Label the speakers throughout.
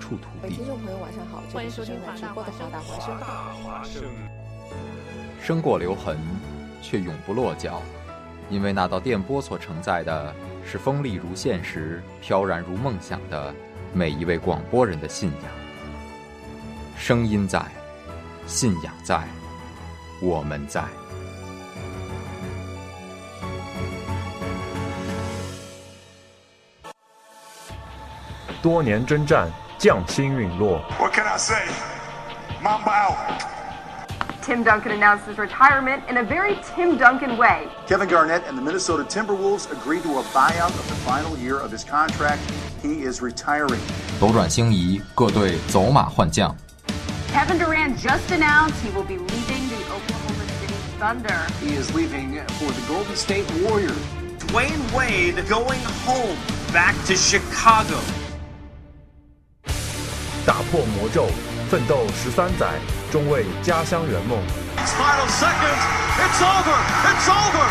Speaker 1: 处土
Speaker 2: 各位
Speaker 1: 地
Speaker 2: 听。众朋友，晚上好，
Speaker 3: 嗯
Speaker 2: 这
Speaker 3: 欢
Speaker 2: 里
Speaker 3: 迎
Speaker 2: 是
Speaker 3: 收
Speaker 2: 正
Speaker 3: 听
Speaker 2: 在
Speaker 3: 华
Speaker 2: 直
Speaker 3: 大
Speaker 2: 播的
Speaker 3: 华
Speaker 2: 华
Speaker 3: 生
Speaker 2: 大华
Speaker 4: 华
Speaker 2: 生。
Speaker 4: 大华生，
Speaker 1: 生过留痕，却永不落脚，因为那道电波所承载的是锋利如现实、飘然如梦想的每一位广播人的信仰。声音在，信仰在，我们在。
Speaker 5: 多年征战，匠心陨落，
Speaker 6: What can I say? Mamba out.
Speaker 7: Tim Duncan announced his retirement in a very Tim Duncan way.
Speaker 8: Kevin Garnett and the Minnesota Timberwolves agreed to a buyout of the final year of his contract. He is retiring.
Speaker 1: 斗转星移，各队走马换将。
Speaker 7: Kevin Durant just announced he will be leaving the Oklahoma City Thunder.
Speaker 8: He is leaving for the Golden State Warriors.
Speaker 9: Dwayne Wade going home back to Chicago.
Speaker 5: 打破魔咒，奋斗十三载，终为家乡圆梦。
Speaker 4: It's final seconds. It's over. It's over.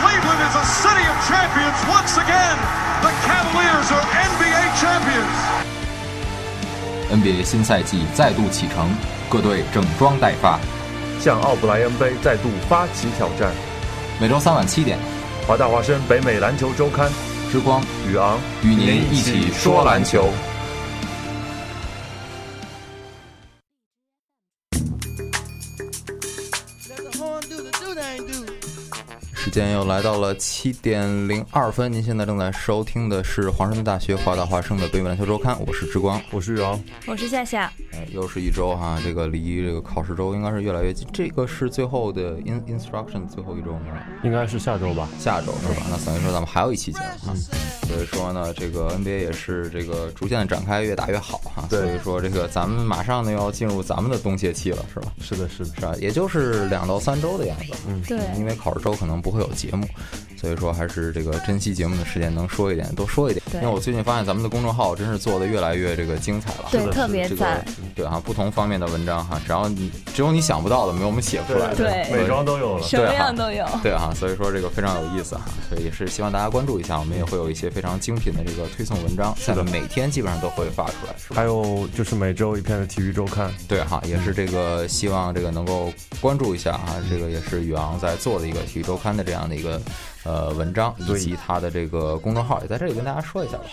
Speaker 4: Cleveland is a city of champions once again. The Cavaliers are NBA champions.
Speaker 1: NBA 新赛季再度启程，各队整装待发。
Speaker 5: 向奥布莱恩杯再度发起挑战。
Speaker 1: 每周三晚七点，
Speaker 5: 华大华生北美篮球周刊，
Speaker 1: 之光
Speaker 5: 宇昂
Speaker 1: 与您一起说篮球。时间又来到了七点零二分，您现在正在收听的是华盛顿大学华大华生的北美篮球周刊，我是之光。
Speaker 5: 我是宇昂，
Speaker 3: 我是夏夏，
Speaker 1: 哎，又是一周哈，这个离这个考试周应该是越来越近，这个是最后的 in instruction 最后一周吗？
Speaker 5: 应该是下周吧？
Speaker 1: 下周是吧？那等于说咱们还有一期节目啊，
Speaker 3: 嗯
Speaker 1: 所以说呢，这个 NBA 也是这个逐渐的展开，越打越好哈。
Speaker 5: 对
Speaker 1: 所以说这个咱们马上呢要进入咱们的冬歇期了，是吧？
Speaker 5: 是的，是的，
Speaker 1: 是吧？也就是两到三周的样子。嗯，
Speaker 3: 对
Speaker 1: 因为考试周可能不会有节目，所以说还是这个珍惜节目的时间，能说一点多说一点。
Speaker 3: 对
Speaker 1: 因为我最近发现咱们的公众号真是做的越来越这个精彩了。
Speaker 3: 对
Speaker 5: 是，的
Speaker 3: 特别
Speaker 1: 这个
Speaker 3: 赞，
Speaker 1: 对哈，不同方面的文章哈，只要你只有你想不到的，没有我们写不出来的。
Speaker 3: 对
Speaker 5: 美妆都有了。
Speaker 3: 什么样都有。
Speaker 1: 对啊，所以说这个非常有意思啊，所以也是希望大家关注一下，我们也会有一些非常精品的这个推送文章，在
Speaker 5: 的
Speaker 1: 每天基本上都会发出来，是吧？
Speaker 5: 还有就是每周一篇的体育周刊，
Speaker 1: 对哈、也是这个希望这个能够关注一下啊，这个也是宇昂在做的一个体育周刊的这样的一个呃文章，以
Speaker 5: 对
Speaker 1: 及他的这个公众号，也在这里跟大家说一下吧。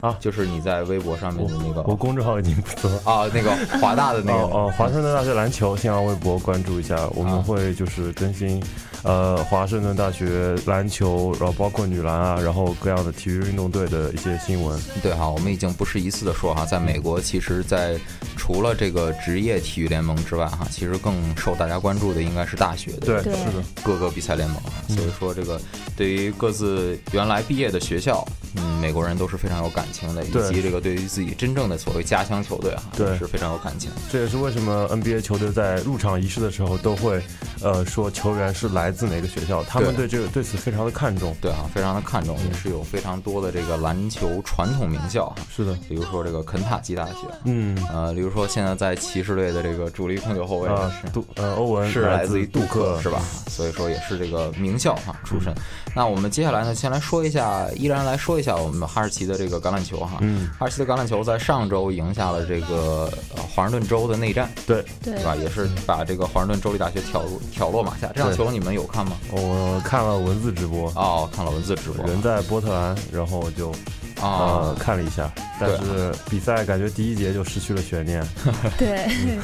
Speaker 5: 啊
Speaker 1: 就是你在微博上面的那个
Speaker 5: 我公众号已经不错。
Speaker 1: 啊，那个华大 的那个。
Speaker 5: 哦哦，华盛顿大学篮球新浪微博关注一下，我
Speaker 1: 啊
Speaker 5: 们会就是更新，呃，华盛顿大学篮球，然后包括女篮啊，然后各样的体育运动队的一些新闻。
Speaker 1: 对哈，我们已经不是一次的说哈，
Speaker 5: 嗯
Speaker 1: 在美国，其实，在除了这个职业体育联盟之外哈，其实更受大家关注的应该是大学的
Speaker 5: 对，
Speaker 3: 对
Speaker 5: 是的，
Speaker 1: 各个比赛联盟哈。
Speaker 5: 嗯
Speaker 1: 所以说，这个对于各自原来毕业的学校，嗯，美国人都是非常有感情的，以
Speaker 5: 对
Speaker 1: 及这个对于自己真正的所谓家乡球队哈，啊
Speaker 5: 对
Speaker 1: 也是非常有感情。
Speaker 5: 这也是为什么 NBA 球队在入场仪式的时候都会，呃，说球员是来自哪个学校，他们
Speaker 1: 对
Speaker 5: 对这个对此非常的看重。
Speaker 1: 对啊，非常的看重，也是有非常多的这个篮球传统名校哈，
Speaker 5: 是的，
Speaker 1: 比如说这个肯塔基大学，
Speaker 5: 嗯，
Speaker 1: 呃，比如说现在在骑士队的这个主力控球后卫
Speaker 5: 啊
Speaker 1: 是，。
Speaker 5: 杜呃，欧文
Speaker 1: 是来自于杜克，嗯
Speaker 5: 克，
Speaker 1: 是吧？？所以说也是这个名校哈出身。那我们接下来呢，先来说一下，依然来说一下我们哈士奇的这个橄榄球哈。
Speaker 5: 嗯
Speaker 1: 哈士奇的橄榄球在上周赢下了这个呃华盛顿州的内战，
Speaker 5: 对，
Speaker 3: 对
Speaker 1: 对吧？也是把这个华盛顿州立大学挑入挑落马下。这场
Speaker 5: 对
Speaker 1: 球你们有看吗？
Speaker 5: 我看了文字直播，
Speaker 1: 哦，看了文字直播
Speaker 5: 人在波特兰，然后就
Speaker 1: 啊
Speaker 5: 呃，，看了一下，但
Speaker 1: 对
Speaker 5: 是比赛感觉第一节就失去了悬念。
Speaker 3: 对，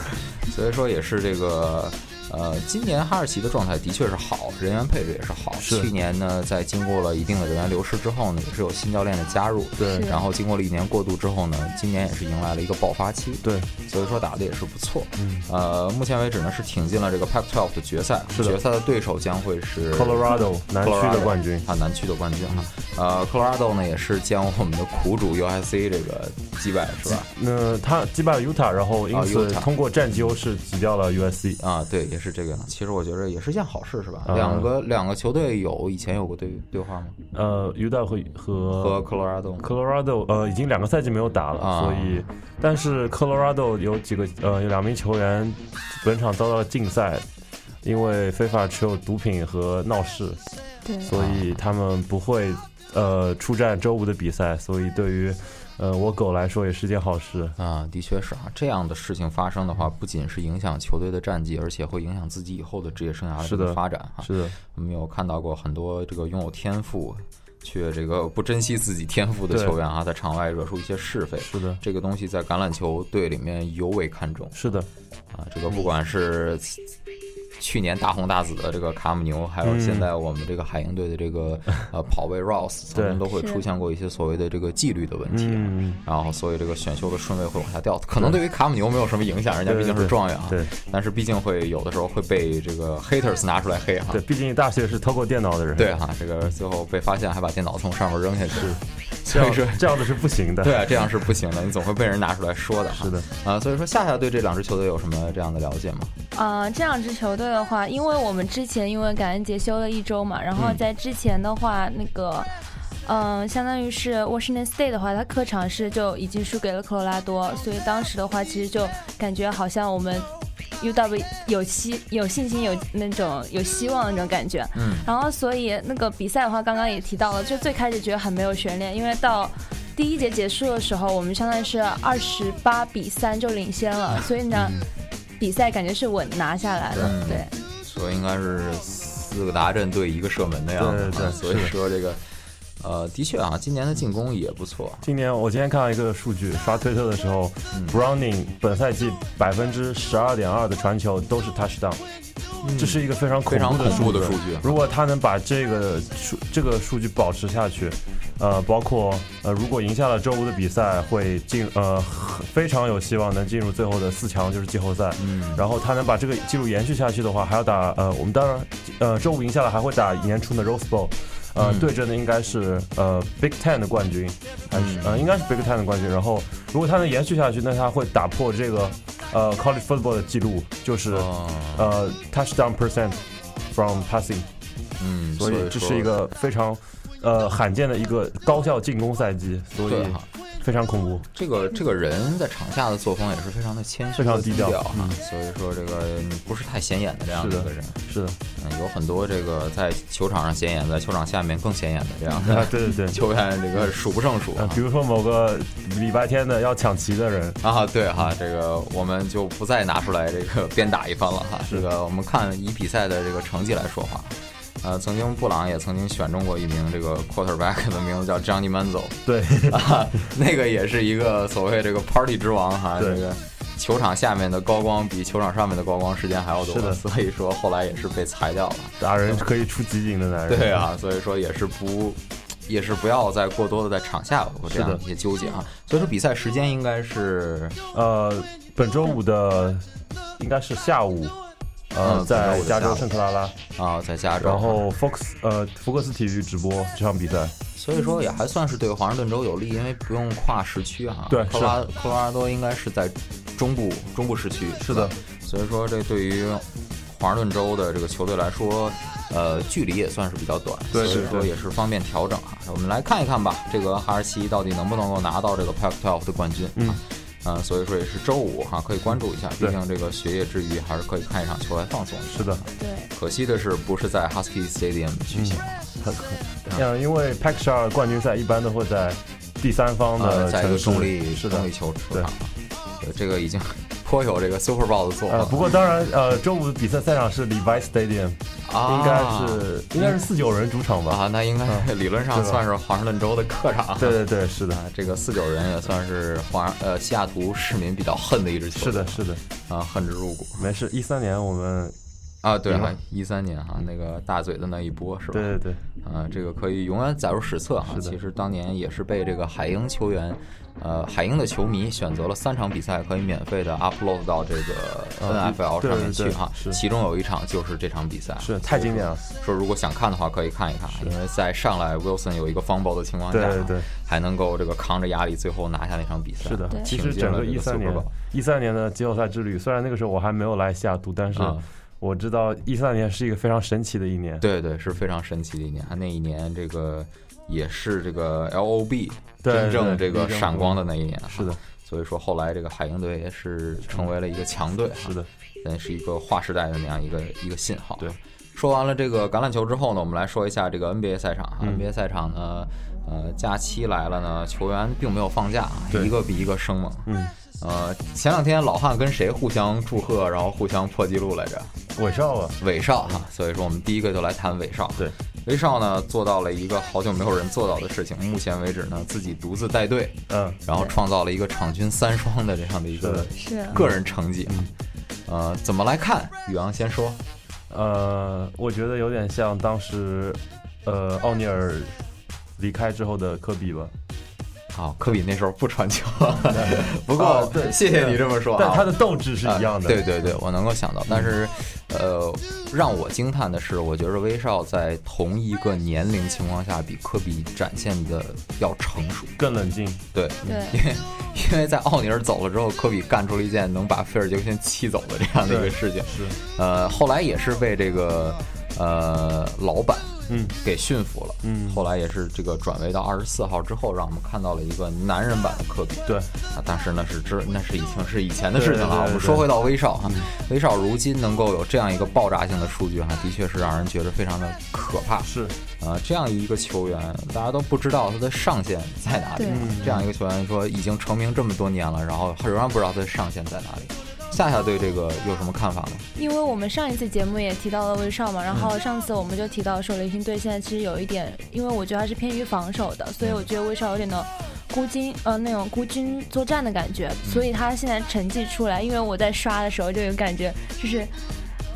Speaker 1: 所以说也是这个。呃，今年哈士奇的状态的确是好，人员配置也是好。
Speaker 5: 是
Speaker 1: 去年呢，在经过了一定的人员流失之后呢，也是有新教练的加入，
Speaker 5: 对
Speaker 3: 是
Speaker 1: 然后经过了一年过渡之后呢，今年也是迎来了一个爆发期，
Speaker 5: 对，
Speaker 1: 所以说打的也是不错。
Speaker 5: 嗯
Speaker 1: 呃，目前为止呢是挺进了这个 Pac-12 的决赛，
Speaker 5: 是的
Speaker 1: 决赛的对手将会是
Speaker 5: Colorado 南区的冠军，
Speaker 1: 啊，南区的冠军哈。呃，Colorado 呢也是将我们的苦主 USC 这个击败是吧？
Speaker 5: 那他击败了 Utah，然后因此
Speaker 1: 啊 Utah
Speaker 5: 通过战绩优势挤掉了 USC。
Speaker 1: 啊，对，也是这个呢。其实我觉得也是件好事，是吧？
Speaker 5: 嗯
Speaker 1: 两个两个球队有以前有过对对话吗？
Speaker 5: 呃，Utah 和
Speaker 1: 和
Speaker 5: 和
Speaker 1: Colorado 吗
Speaker 5: Colorado 呃已经两个赛季没有打了，
Speaker 1: 啊
Speaker 5: 所以但是 Colorado 有几个呃有两名球员本场遭到了禁赛。因为非法持有毒品和闹事，
Speaker 3: 对，
Speaker 5: 所以他们不会呃出战周五的比赛，所以对于呃，我狗来说也是件好事。
Speaker 1: 啊，的确是啊，这样的事情发生的话，不仅是影响球队的战绩，而且会影响自己以后的职业生涯
Speaker 5: 是
Speaker 1: 这个
Speaker 5: 的
Speaker 1: 发展哈。
Speaker 5: 是的，
Speaker 1: 我们有看到过很多这个拥有天赋却这个不珍惜自己天赋的
Speaker 5: 对
Speaker 1: 球员啊，在场外惹出一些是非。
Speaker 5: 是的
Speaker 1: 这个东西在橄榄球队里面尤为看重
Speaker 5: 是的，
Speaker 1: 啊。这个不管是去年大红大紫的这个卡姆牛，还有
Speaker 5: 嗯
Speaker 1: 现在我们这个海鹰队的这个呃跑位 Ross，曾
Speaker 5: 对
Speaker 1: 经都会
Speaker 3: 是
Speaker 1: 出现过一些所谓的这个纪律的问题啊。
Speaker 5: 嗯，
Speaker 1: 然后所以这个选秀的顺位会往下掉，可能对于卡姆牛没有什么影响，人家毕竟是状元啊，
Speaker 5: 对对
Speaker 1: 但是毕竟会有的时候会被这个 haters 拿出来黑哈、
Speaker 5: 对，毕竟大学是偷过电脑的人，
Speaker 1: 对哈、这个最后被发现还把电脑从上面扔下去，
Speaker 5: 这
Speaker 1: 所以说
Speaker 5: 样这样的是不行 的。
Speaker 1: 对啊，这样是不行的，你总会被人拿出来说的哈、
Speaker 5: 是的，
Speaker 1: 啊，所以说夏夏对这两支球队有什么这样的了解吗？
Speaker 3: 呃，这两支球队的话，因为我们之前因为感恩节休了一周嘛，然后
Speaker 1: 嗯
Speaker 3: 在之前的话，那个，嗯、相当于是 Washington State 的话，它客场是就已经输给了科罗拉多，所以当时的话，其实就感觉好像我们 UW 有希有信心有那种有希望那种感觉。
Speaker 1: 嗯
Speaker 3: 然后所以那个比赛的话，刚刚也提到了，就最开始觉得很没有悬念，因为到第一节结束的时候，我们相当于是二十八比三就领先了，所以
Speaker 1: 嗯
Speaker 3: 呢，比赛感觉是稳拿下来了。
Speaker 1: 对
Speaker 3: 对，
Speaker 1: 说应该是四个达阵对一个射门的样子啊，
Speaker 5: 对对对
Speaker 1: 所以说这个。呃，的确啊，今年的进攻也不错，啊
Speaker 5: 今年我今天看到一个数据，刷推特的时候、b
Speaker 1: 嗯
Speaker 5: r o w n i n g 本赛季百分之十二点二的传球都是 touchdown，、这是一个非常恐
Speaker 1: 嗯非常
Speaker 5: 怖的
Speaker 1: 恐怖的
Speaker 5: 数
Speaker 1: 数据啊
Speaker 5: 如果他能把这个数这个数据保持下去，呃，包括呃，如果赢下了周五的比赛，会进呃很非常有希望能进入最后的四强，就是季后赛。嗯，然后他能把这个记录延续下去的话，还要打呃，我们当然呃周五赢下了还会打年初的 Rose Bowl。呃，
Speaker 1: 嗯
Speaker 5: 对阵的应该是呃 Big Ten 的冠军，还
Speaker 1: 嗯
Speaker 5: 是、呃应该是 Big Ten 的冠军。然后如果他能延续下去，那他会打破这个呃 college football 的记录，就是、
Speaker 1: 哦
Speaker 5: 呃 touchdown percent from passing。
Speaker 1: 嗯，
Speaker 5: 所以这
Speaker 1: 说
Speaker 5: 是一个非常呃罕见的一个高效进攻赛季，所以
Speaker 1: 对哈，
Speaker 5: 非常恐怖。
Speaker 1: 这个这个人在场下的作风也是非常的谦虚、
Speaker 5: 非常
Speaker 1: 低
Speaker 5: 低调嗯
Speaker 1: 哈、所以说这个嗯不是太显眼的这啊样的
Speaker 5: 是
Speaker 1: 一
Speaker 5: 的
Speaker 1: 个人，
Speaker 5: 是的，
Speaker 1: 嗯，有很多这个在球场上显眼，在球场下面更显眼的这样
Speaker 5: 啊
Speaker 1: 的
Speaker 5: 对对对，
Speaker 1: 球员，这个数不胜数
Speaker 5: 呃
Speaker 1: 啊。
Speaker 5: 比如说某个礼拜天的要抢旗的人，
Speaker 1: 啊，对哈，这个我们就不再拿出来这个鞭打一番了哈。这个我们看以比赛的这个成绩来说话，呃，曾经布朗也曾经选中过一名这个 quarterback 的名字叫 Johnny Manziel，
Speaker 5: 对，
Speaker 1: 啊，那个也是一个所谓这个 party 之王哈，这
Speaker 5: 对
Speaker 1: 个球场下面的高光比球场上面的高光时间还要
Speaker 5: 是
Speaker 1: 多，
Speaker 5: 的
Speaker 1: 所以说后来也是被裁掉了。
Speaker 5: 打人可以出集锦的男人，
Speaker 1: 对啊，所以说也是不。也是不要再过多的在场下有过这样
Speaker 5: 是
Speaker 1: 的
Speaker 5: 的
Speaker 1: 一些纠结啊，所以说比赛时间应该是
Speaker 5: 呃，本周五的应该是下午，呃，
Speaker 1: 嗯本周
Speaker 5: 在
Speaker 1: 五的
Speaker 5: 加
Speaker 1: 下午
Speaker 5: 州圣克拉拉，
Speaker 1: 啊在加州，
Speaker 5: 然后 Fox 呃福克斯体育直播这场比赛，
Speaker 1: 所以说也还算是对华盛顿州有利，因为不用跨时区哈。
Speaker 5: 对
Speaker 1: 科罗拉科罗拉多应该是在中部中部时区。
Speaker 5: 是的
Speaker 1: 吧，所以说这对于华盛顿州的这个球队来说，呃，距离也算是比较短，所
Speaker 5: 对
Speaker 1: 以
Speaker 5: 是
Speaker 1: 说
Speaker 5: 对
Speaker 1: 也是方便调整啊。我们来看一看吧，这个哈士奇到底能不能够拿到这个 Pac-12 的冠军？嗯。呃，所以说也是周五哈，可以关注一下，毕
Speaker 5: 对
Speaker 1: 竟这个学业之余还是可以看一场球来放松。
Speaker 5: 是的，
Speaker 3: 对，
Speaker 1: 可惜的是不是在 Husky Stadium 举行，
Speaker 5: 很很，嗯，因为 Pac 十二冠军赛一般都会在第三方
Speaker 1: 呃，
Speaker 5: 的
Speaker 1: 在一
Speaker 5: 城
Speaker 1: 个
Speaker 5: 市，
Speaker 1: 中立
Speaker 5: 是的
Speaker 1: 中立，球球
Speaker 5: 对
Speaker 1: 场，对这个已经颇有这个 Super Bowl 的作
Speaker 5: 呃，
Speaker 1: 风。
Speaker 5: 不过当然，呃，周五的比赛赛场是 Levi Stadium，、
Speaker 1: 啊
Speaker 5: 应该是应该是四九人主场吧？
Speaker 1: 啊，那应该
Speaker 5: 嗯
Speaker 1: 理论上
Speaker 5: 对吧
Speaker 1: 算是华盛顿州的客场。
Speaker 5: 对对对，是的，
Speaker 1: 啊，这个四九人也算是华呃西雅图市民比较恨的一支球
Speaker 5: 是
Speaker 1: 队，
Speaker 5: 的，是的，
Speaker 1: 啊，恨之入骨
Speaker 5: 没事。一三年我们，
Speaker 1: 啊。对
Speaker 5: 明
Speaker 1: 啊
Speaker 5: 白，
Speaker 1: 一三年哈，那个大嘴的那一波是吧？
Speaker 5: 对对对，
Speaker 1: 啊，这个可以永远载入史册哈。
Speaker 5: 是的
Speaker 1: 其实当年也是被这个海鹰球员，呃，海鹰的球迷选择了三场比赛可以免费的 upload 到这个
Speaker 5: 啊
Speaker 1: NFL
Speaker 5: 对
Speaker 1: 上面
Speaker 5: 对
Speaker 1: 去哈。
Speaker 5: 是
Speaker 1: 其中有一场就是这场比赛，
Speaker 5: 是太经典了。
Speaker 1: 说如果想看的话，可以看一看，因为在上来 Wilson 有一个方包的情况下，
Speaker 5: 对对对
Speaker 1: 还能够这个扛着压力最后拿下那场比赛。啊
Speaker 5: 是的，其
Speaker 1: 挺
Speaker 5: 实
Speaker 1: 进
Speaker 5: 整
Speaker 1: 了
Speaker 5: 个
Speaker 1: 这
Speaker 5: 一三
Speaker 1: Super
Speaker 5: 年
Speaker 1: Bowl，
Speaker 5: 一三年的季后赛之旅，虽然那个时候我还没有来西雅图，但是
Speaker 1: 啊
Speaker 5: 我知道一三年是一个非常神奇的一年。
Speaker 1: 对对，是非常神奇的一年。那一年这个也是这个 LOB
Speaker 5: 对
Speaker 1: 真正
Speaker 5: 对
Speaker 1: 这个
Speaker 5: 力争
Speaker 1: 闪
Speaker 5: 不
Speaker 1: 光的那一年哈。
Speaker 5: 是的，
Speaker 1: 所以说后来这个海鹰队也是成为了一个强队，
Speaker 5: 是的，
Speaker 1: 嗯，是一个划时代的那样一个一个信号。
Speaker 5: 对，嗯
Speaker 1: 说完了这个橄榄球之后呢，我们来说一下这个 NBA 赛场哈。NBA 赛场呢，呃，假期来了呢，球员并没有放假，啊
Speaker 5: 对
Speaker 1: 一个比一个生猛。
Speaker 5: 嗯，
Speaker 1: 呃，前两天老汉跟谁互相祝贺，然后互相破纪录来着？
Speaker 5: 韦少啊，
Speaker 1: 韦少哈，所以说我们第一个就来谈韦少。
Speaker 5: 对，
Speaker 1: 韦少呢做到了一个好久没有人做到的事情，目前为止呢自己独自带队，
Speaker 5: 嗯，
Speaker 1: 然后创造了一个场均三双的这样的一
Speaker 5: 是
Speaker 1: 个
Speaker 5: 的
Speaker 3: 是
Speaker 1: 个人成绩啊。呃，怎么来看？宇昂先说，
Speaker 5: 呃，我觉得有点像当时，呃，奥尼尔离开之后的科比吧。
Speaker 1: 啊，科比那时候不传球， 不
Speaker 5: 啊
Speaker 1: 过
Speaker 5: 对
Speaker 1: 哦谢谢你这么说啊，
Speaker 5: 但他的斗志是一样
Speaker 1: 啊
Speaker 5: 的。
Speaker 1: 对对对，我能够想到。但是，呃，让我惊叹的是，我觉得威少在同一个年龄情况下，比科比展现的要成熟。
Speaker 5: 更冷静。
Speaker 1: 对，
Speaker 3: 对
Speaker 1: 因为因为在奥尼尔走了之后，科比干出了一件能把菲尔杰克逊气走的这样的一个
Speaker 5: 对
Speaker 1: 事情。
Speaker 5: 是，
Speaker 1: 呃，后来也是被这个呃老板
Speaker 5: 嗯，
Speaker 1: 给驯服了。
Speaker 5: 嗯
Speaker 1: 后来也是这个转为到二十四号之后，让我们看到了一个男人版的科比。
Speaker 5: 对，
Speaker 1: 啊，但是那是之那是已经是以前的事情了啊。
Speaker 5: 对对对嗯
Speaker 1: 我们说回到威少哈，威少如今能够有这样一个爆炸性的数据哈，的确是让人觉得非常的可怕。
Speaker 5: 是，
Speaker 1: 呃，这样一个球员，大家都不知道他的上限在哪里
Speaker 3: 对。
Speaker 1: 这样一个球员说已经成名这么多年了，然后仍然不知道他的上限在哪里。夏夏对这个有什么看法吗？
Speaker 3: 因为我们上一次节目也提到了威少嘛，然后上次我们就提到说雷霆队现在其实有一点，因为我觉得他是偏于防守的，所以我觉得威少有点的孤军呃那种孤军作战的感觉，所以他现在成绩出来，因为我在刷的时候就有感觉，就是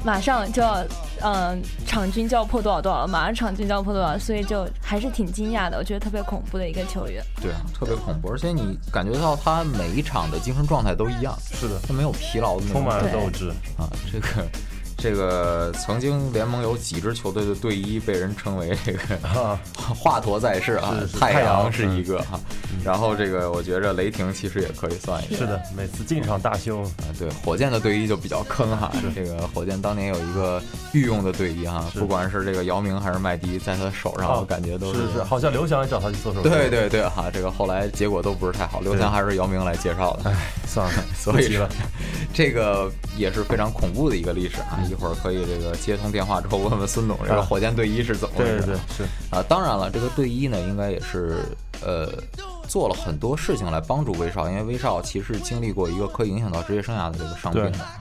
Speaker 3: 马上就要嗯、场均就要破多少多少了，马上场均就要破多少，所以就还是挺惊讶的，我觉得特别恐怖的一个球员。
Speaker 1: 对啊，特别恐怖，而且你感觉到他每一场的精神状态都一样，
Speaker 5: 是的，
Speaker 1: 他没有疲劳的那种
Speaker 5: 充满了
Speaker 3: 对
Speaker 5: 斗志。
Speaker 1: 啊，这个这个曾经联盟有几支球队的队医被人称为这个
Speaker 5: 啊，
Speaker 1: 华佗在世啊
Speaker 5: 是，是
Speaker 1: 太
Speaker 5: 太阳
Speaker 1: 阳嗯是一个哈、然后这个我觉着雷霆其实也可以算一个。
Speaker 5: 是的，每次进场大修，
Speaker 1: 啊，对，火箭的队医就比较坑哈。这个火箭当年有一个御用的队医哈，
Speaker 5: 是
Speaker 1: 不管是这个姚明还是麦迪，在他手上，
Speaker 5: 啊
Speaker 1: 我感觉都
Speaker 5: 是是，好像刘翔也找他去做手术。
Speaker 1: 对，对对哈，这个后来结果都不是太好，刘翔
Speaker 5: 对
Speaker 1: 还是姚明来介绍的。
Speaker 5: 算了，
Speaker 1: 所
Speaker 5: 不
Speaker 1: 以
Speaker 5: 提了。
Speaker 1: 这个也是非常恐怖的一个历史啊！一会儿可以这个接通电话之后问问孙总，这个
Speaker 5: 嗯啊
Speaker 1: 火箭队医是怎么回
Speaker 5: 对
Speaker 1: 事啊？
Speaker 5: 对对，是
Speaker 1: 啊，当然了，这个队医呢，应该也是呃做了很多事情来帮助威少，因为威少其实经历过一个可以影响到职业生涯的这个伤病
Speaker 5: 对
Speaker 1: 的啊。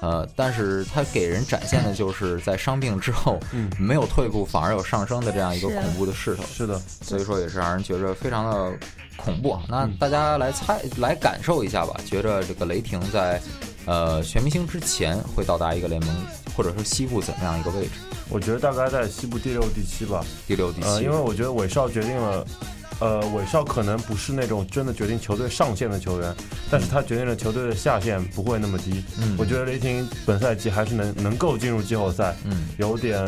Speaker 1: 呃，但是他给人展现的就是在伤病之后，
Speaker 5: 嗯
Speaker 1: 没有退步，反而有上升的这样一个
Speaker 3: 是
Speaker 1: 恐怖的势头。
Speaker 5: 是的，
Speaker 1: 所以说也是让人觉着非常的恐怖啊。那
Speaker 5: 嗯
Speaker 1: 大家来猜、来感受一下吧，觉着这个雷霆在呃全明星之前会到达一个联盟，或者说西部怎么样一个位置？
Speaker 5: 我觉得大概在西部第六、第七吧。
Speaker 1: 第六、第七？
Speaker 5: 呃，因为我觉得韦少决定了，呃，韦少可能不是那种真的决定球队上限的球员，但是他决定了球队的下限不会那么低。
Speaker 1: 嗯
Speaker 5: 我觉得雷霆本赛季还是能能够进入季后赛，
Speaker 1: 嗯
Speaker 5: 有点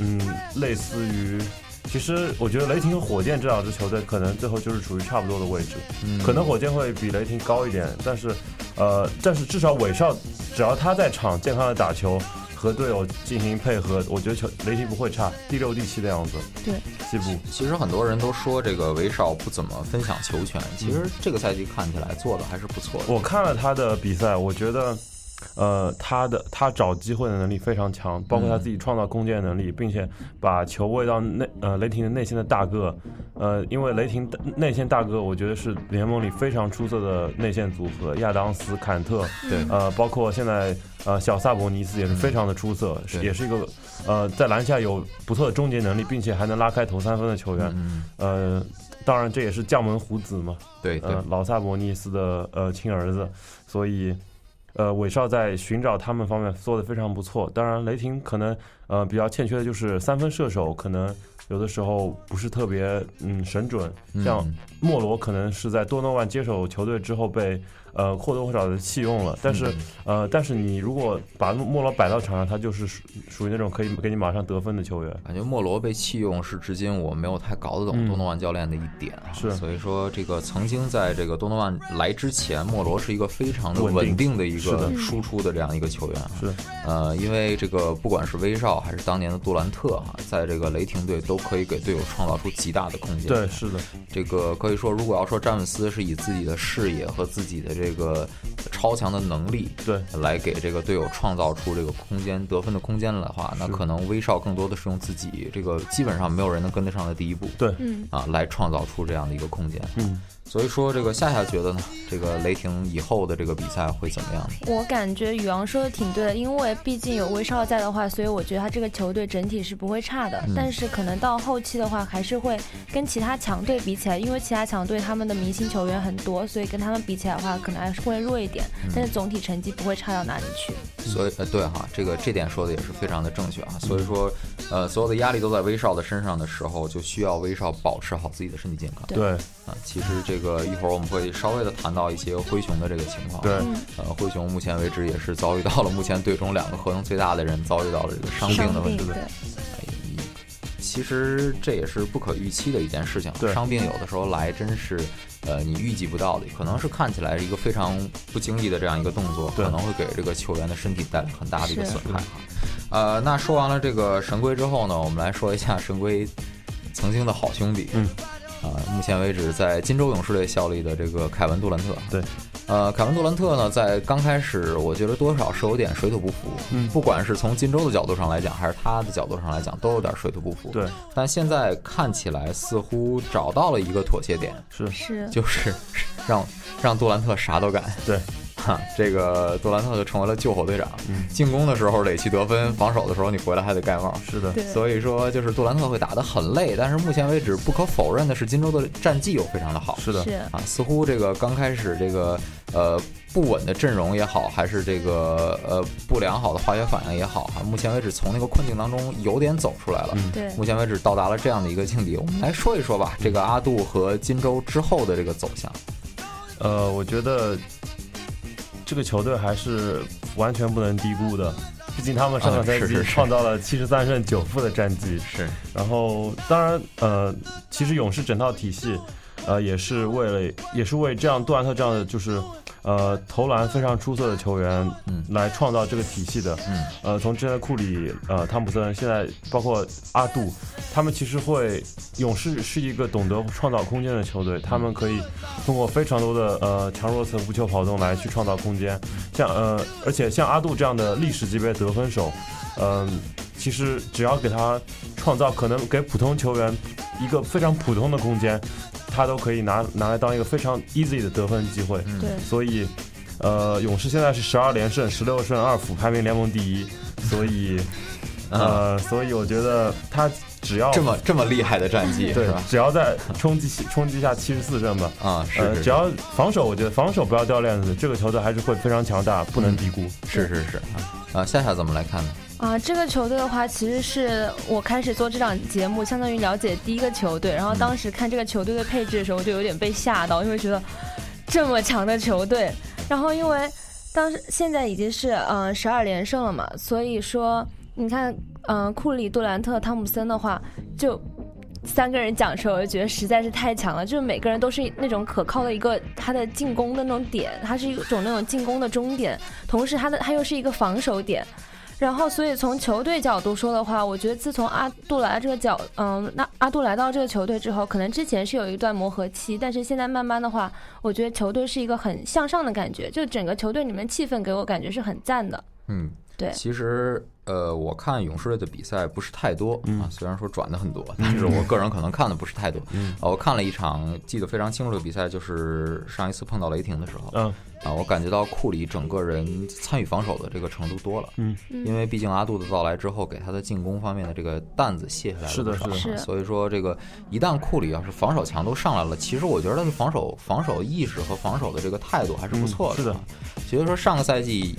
Speaker 5: 嗯类似于。其实我觉得雷霆和火箭这两支球队可能最后就是处于差不多的位置，
Speaker 1: 嗯
Speaker 5: 可能火箭会比雷霆高一点，但是，呃，但是至少韦少只要他在场健康的打球和队友进行配合，我觉得球雷霆不会差，第六第七的样子。
Speaker 3: 对，
Speaker 5: 西部
Speaker 1: 其实很多人都说这个威少不怎么分享球权，其实这个赛季看起来做的还是不错的。
Speaker 5: 嗯我看了他的比赛，我觉得，呃，他的他找机会的能力非常强，包括他自己创造空间的能力，
Speaker 1: 嗯
Speaker 5: 并且把球喂到内呃雷霆的内线的大个，呃，因为雷霆的内线大个，我觉得是联盟里非常出色的内线组合，亚当斯、坎特，
Speaker 1: 对
Speaker 5: 呃，包括现在呃小萨博尼斯也是非常的出色，
Speaker 1: 嗯
Speaker 5: 是
Speaker 1: 对
Speaker 5: 也是一个呃在篮下有不错的终结能力，并且还能拉开投三分的球员，
Speaker 1: 嗯，
Speaker 5: 呃，当然这也是降门虎子嘛，
Speaker 1: 对对
Speaker 5: 呃，，老萨博尼斯的呃亲儿子，所以呃，韦少在寻找他们方面做的非常不错。当然，雷霆可能呃比较欠缺的就是三分射手，可能有的时候不是特别嗯神准。像
Speaker 1: 嗯
Speaker 5: 莫罗可能是在多诺万接手球队之后被呃或多或少的弃用了，但是、呃，但是你如果把莫罗摆到场上，他就是属属于那种可以给你马上得分的球员。
Speaker 1: 感觉莫罗被弃用是至今我没有太搞得懂
Speaker 5: 嗯
Speaker 1: 多诺万教练的一点啊，
Speaker 5: 是
Speaker 1: 所以说这个曾经在这个多诺万来之前，莫罗是一个非常的
Speaker 5: 稳定
Speaker 1: 稳定的一
Speaker 5: 是
Speaker 1: 个
Speaker 5: 的
Speaker 1: 输出的这样一个球员啊，
Speaker 5: 是
Speaker 1: 呃，因为这个不管是威少还是当年的杜兰特哈、在这个雷霆队都可以给队友创造出极大的空间。
Speaker 5: 对，是的，
Speaker 1: 这个可以说，如果要说詹姆斯是以自己的视野和自己的这个超强的能力，
Speaker 5: 对
Speaker 1: 来给这个队友创造出这个空间得分的空间的话，那可能威少更多的是用自己这个基本上没有人能跟得上的第一步，
Speaker 5: 对，
Speaker 1: 啊，来创造出这样的一个空间。
Speaker 5: 嗯，
Speaker 1: 所以说这个夏夏觉得呢，这个雷霆以后的这个比赛会怎么样呢？
Speaker 3: 我感觉宇昂说的挺对的，因为毕竟有威少在的话，所以我觉得他这个球队整体是不会差的。
Speaker 1: 嗯
Speaker 3: 但是可能到后期的话，还是会跟其他强队比起来，因为其他强队他们的明星球员很多，所以跟他们比起来的话，可能还是会弱一点。
Speaker 1: 嗯
Speaker 3: 但是总体成绩不会差到哪里去。
Speaker 1: 所以呃，对哈，这个这点说的也是非常的正确
Speaker 5: 嗯
Speaker 1: 啊。所以说，呃，所有的压力都在威少的身上的时候，就需要威少保持好自己的身体健康。
Speaker 3: 对
Speaker 5: 对
Speaker 1: 啊，其实这个一会儿我们会稍微的谈到一些灰熊的这个情况。
Speaker 5: 对，
Speaker 1: 呃，灰熊目前为止也是遭遇到了目前队中两个合同最大的人遭遇到了这个伤病的问题。
Speaker 3: 对，
Speaker 1: 其实这也是不可预期的一件事情啊。
Speaker 5: 对
Speaker 1: 伤病有的时候来真是，呃，你预计不到的，可能是看起来一个非常不经意的这样一个动作，
Speaker 5: 对
Speaker 1: 可能会给这个球员的身体带来很大的一个
Speaker 3: 是
Speaker 1: 损害啊。呃，那说完了这个神龟之后呢，我们来说一下神龟曾经的好兄弟，
Speaker 5: 嗯，
Speaker 1: 啊、目前为止在金州勇士队效力的这个凯文杜兰特，
Speaker 5: 对，
Speaker 1: 呃，凯文杜兰特呢，在刚开始，我觉得多少是有点水土不服。
Speaker 5: 嗯
Speaker 1: 不管是从金州的角度上来讲，还是他的角度上来讲，都有点水土不服。
Speaker 5: 对，
Speaker 1: 但现在看起来似乎找到了一个妥协点，
Speaker 5: 是，
Speaker 3: 是
Speaker 1: 就是让让杜兰特啥都干。
Speaker 5: 对，
Speaker 1: 哈，这个杜兰特就成为了救火队长。
Speaker 5: 嗯
Speaker 1: 进攻的时候得去得分，防守的时候你回来还得盖帽。
Speaker 5: 是的，
Speaker 3: 对
Speaker 1: 所以说，就是杜兰特会打得很累，但是目前为止，不可否认的是，金州的战绩又非常的好。
Speaker 5: 是的，
Speaker 3: 是
Speaker 1: 啊，似乎这个刚开始这个呃不稳的阵容也好，还是这个呃不良好的化学反应也好，啊，目前为止从那个困境当中有点走出来了。
Speaker 5: 嗯
Speaker 3: 对
Speaker 1: 目前为止到达了这样的一个境地，我们来说一说吧，这个阿杜和金州之后的这个走向。
Speaker 5: 呃，我觉得这个球队还是完全不能低估的，毕竟他们上
Speaker 1: 啊
Speaker 5: 个赛
Speaker 1: 是
Speaker 5: 季
Speaker 1: 是是
Speaker 5: 创造了七十三胜九负的战绩。
Speaker 1: 是，
Speaker 5: 然后，当然，呃，其实勇士整套体系，呃，也是为了，也是为这样杜兰特这样的就是，呃，投篮非常出色的球员，
Speaker 1: 嗯
Speaker 5: 来创造这个体系的。
Speaker 1: 嗯，
Speaker 5: 呃，从之前的库里、呃汤普森，现在包括阿杜，他们其实会，勇士是一个懂得创造空间的球队，他们可以通过非常多的呃强弱侧无球跑动来去创造空间，像呃，而且像阿杜这样的历史级别得分手，嗯、其实只要给他创造可能给普通球员一个非常普通的空间，他都可以拿拿来当一个非常 easy 的得分机会。
Speaker 3: 对
Speaker 5: 所以，呃，勇士现在是十二连胜，十六胜二负，排名联盟第一。所以，呃，所以我觉得他只要
Speaker 1: 啊这么这么厉害的战绩
Speaker 5: 对
Speaker 1: 是吧，？
Speaker 5: 只要再冲击冲击一下七十四胜吧。
Speaker 1: 啊，是
Speaker 5: 呃，
Speaker 1: 是
Speaker 5: 只要防守，我觉得防守不要掉链子，这个球队还是会非常强大，不
Speaker 1: 嗯
Speaker 5: 能低估。
Speaker 1: 是是是啊啊，夏夏怎么来看呢？
Speaker 3: 啊，这个球队的话，其实是我开始做这档节目，相当于了解第一个球队。然后当时看这个球队的配置的时候，我就有点被吓到，因为觉得这么强的球队。然后因为当时现在已经是嗯十二连胜了嘛，所以说你看嗯、呃库里、杜兰特、汤普森的话，就三个人讲的时候，我就觉得实在是太强了，就是每个人都是那种可靠的一个他的进攻的那种点，他是一种那种进攻的终点，同时他的他又是一个防守点。然后，所以从球队角度说的话，我觉得自从阿杜来这个角，嗯，那阿杜来到这个球队之后，可能之前是有一段磨合期，但是现在慢慢的话，我觉得球队是一个很向上的感觉，就整个球队里面气氛给我感觉是很赞的。
Speaker 1: 嗯，
Speaker 3: 对
Speaker 1: 其实呃，我看勇士队的比赛不是太多、啊，虽然说转的很多，但是我个人可能看的不是太多。嗯、我看了一场记得非常清楚的比赛，就是上一次碰到雷霆的时候，
Speaker 5: 嗯，
Speaker 1: 啊，我感觉到库里整个人参与防守的这个程度多了，嗯，因为毕竟阿杜的到来之后，给他的进攻方面的这个担子卸下来了
Speaker 5: 是的
Speaker 1: 不少啊
Speaker 3: 是的是
Speaker 1: 所以说这个一旦库里要是防守强度上来了，其实我觉得他的防守防守意识和防守的这个态度还是不错
Speaker 5: 嗯是
Speaker 1: 的
Speaker 5: 的
Speaker 1: 啊，所以说上个赛季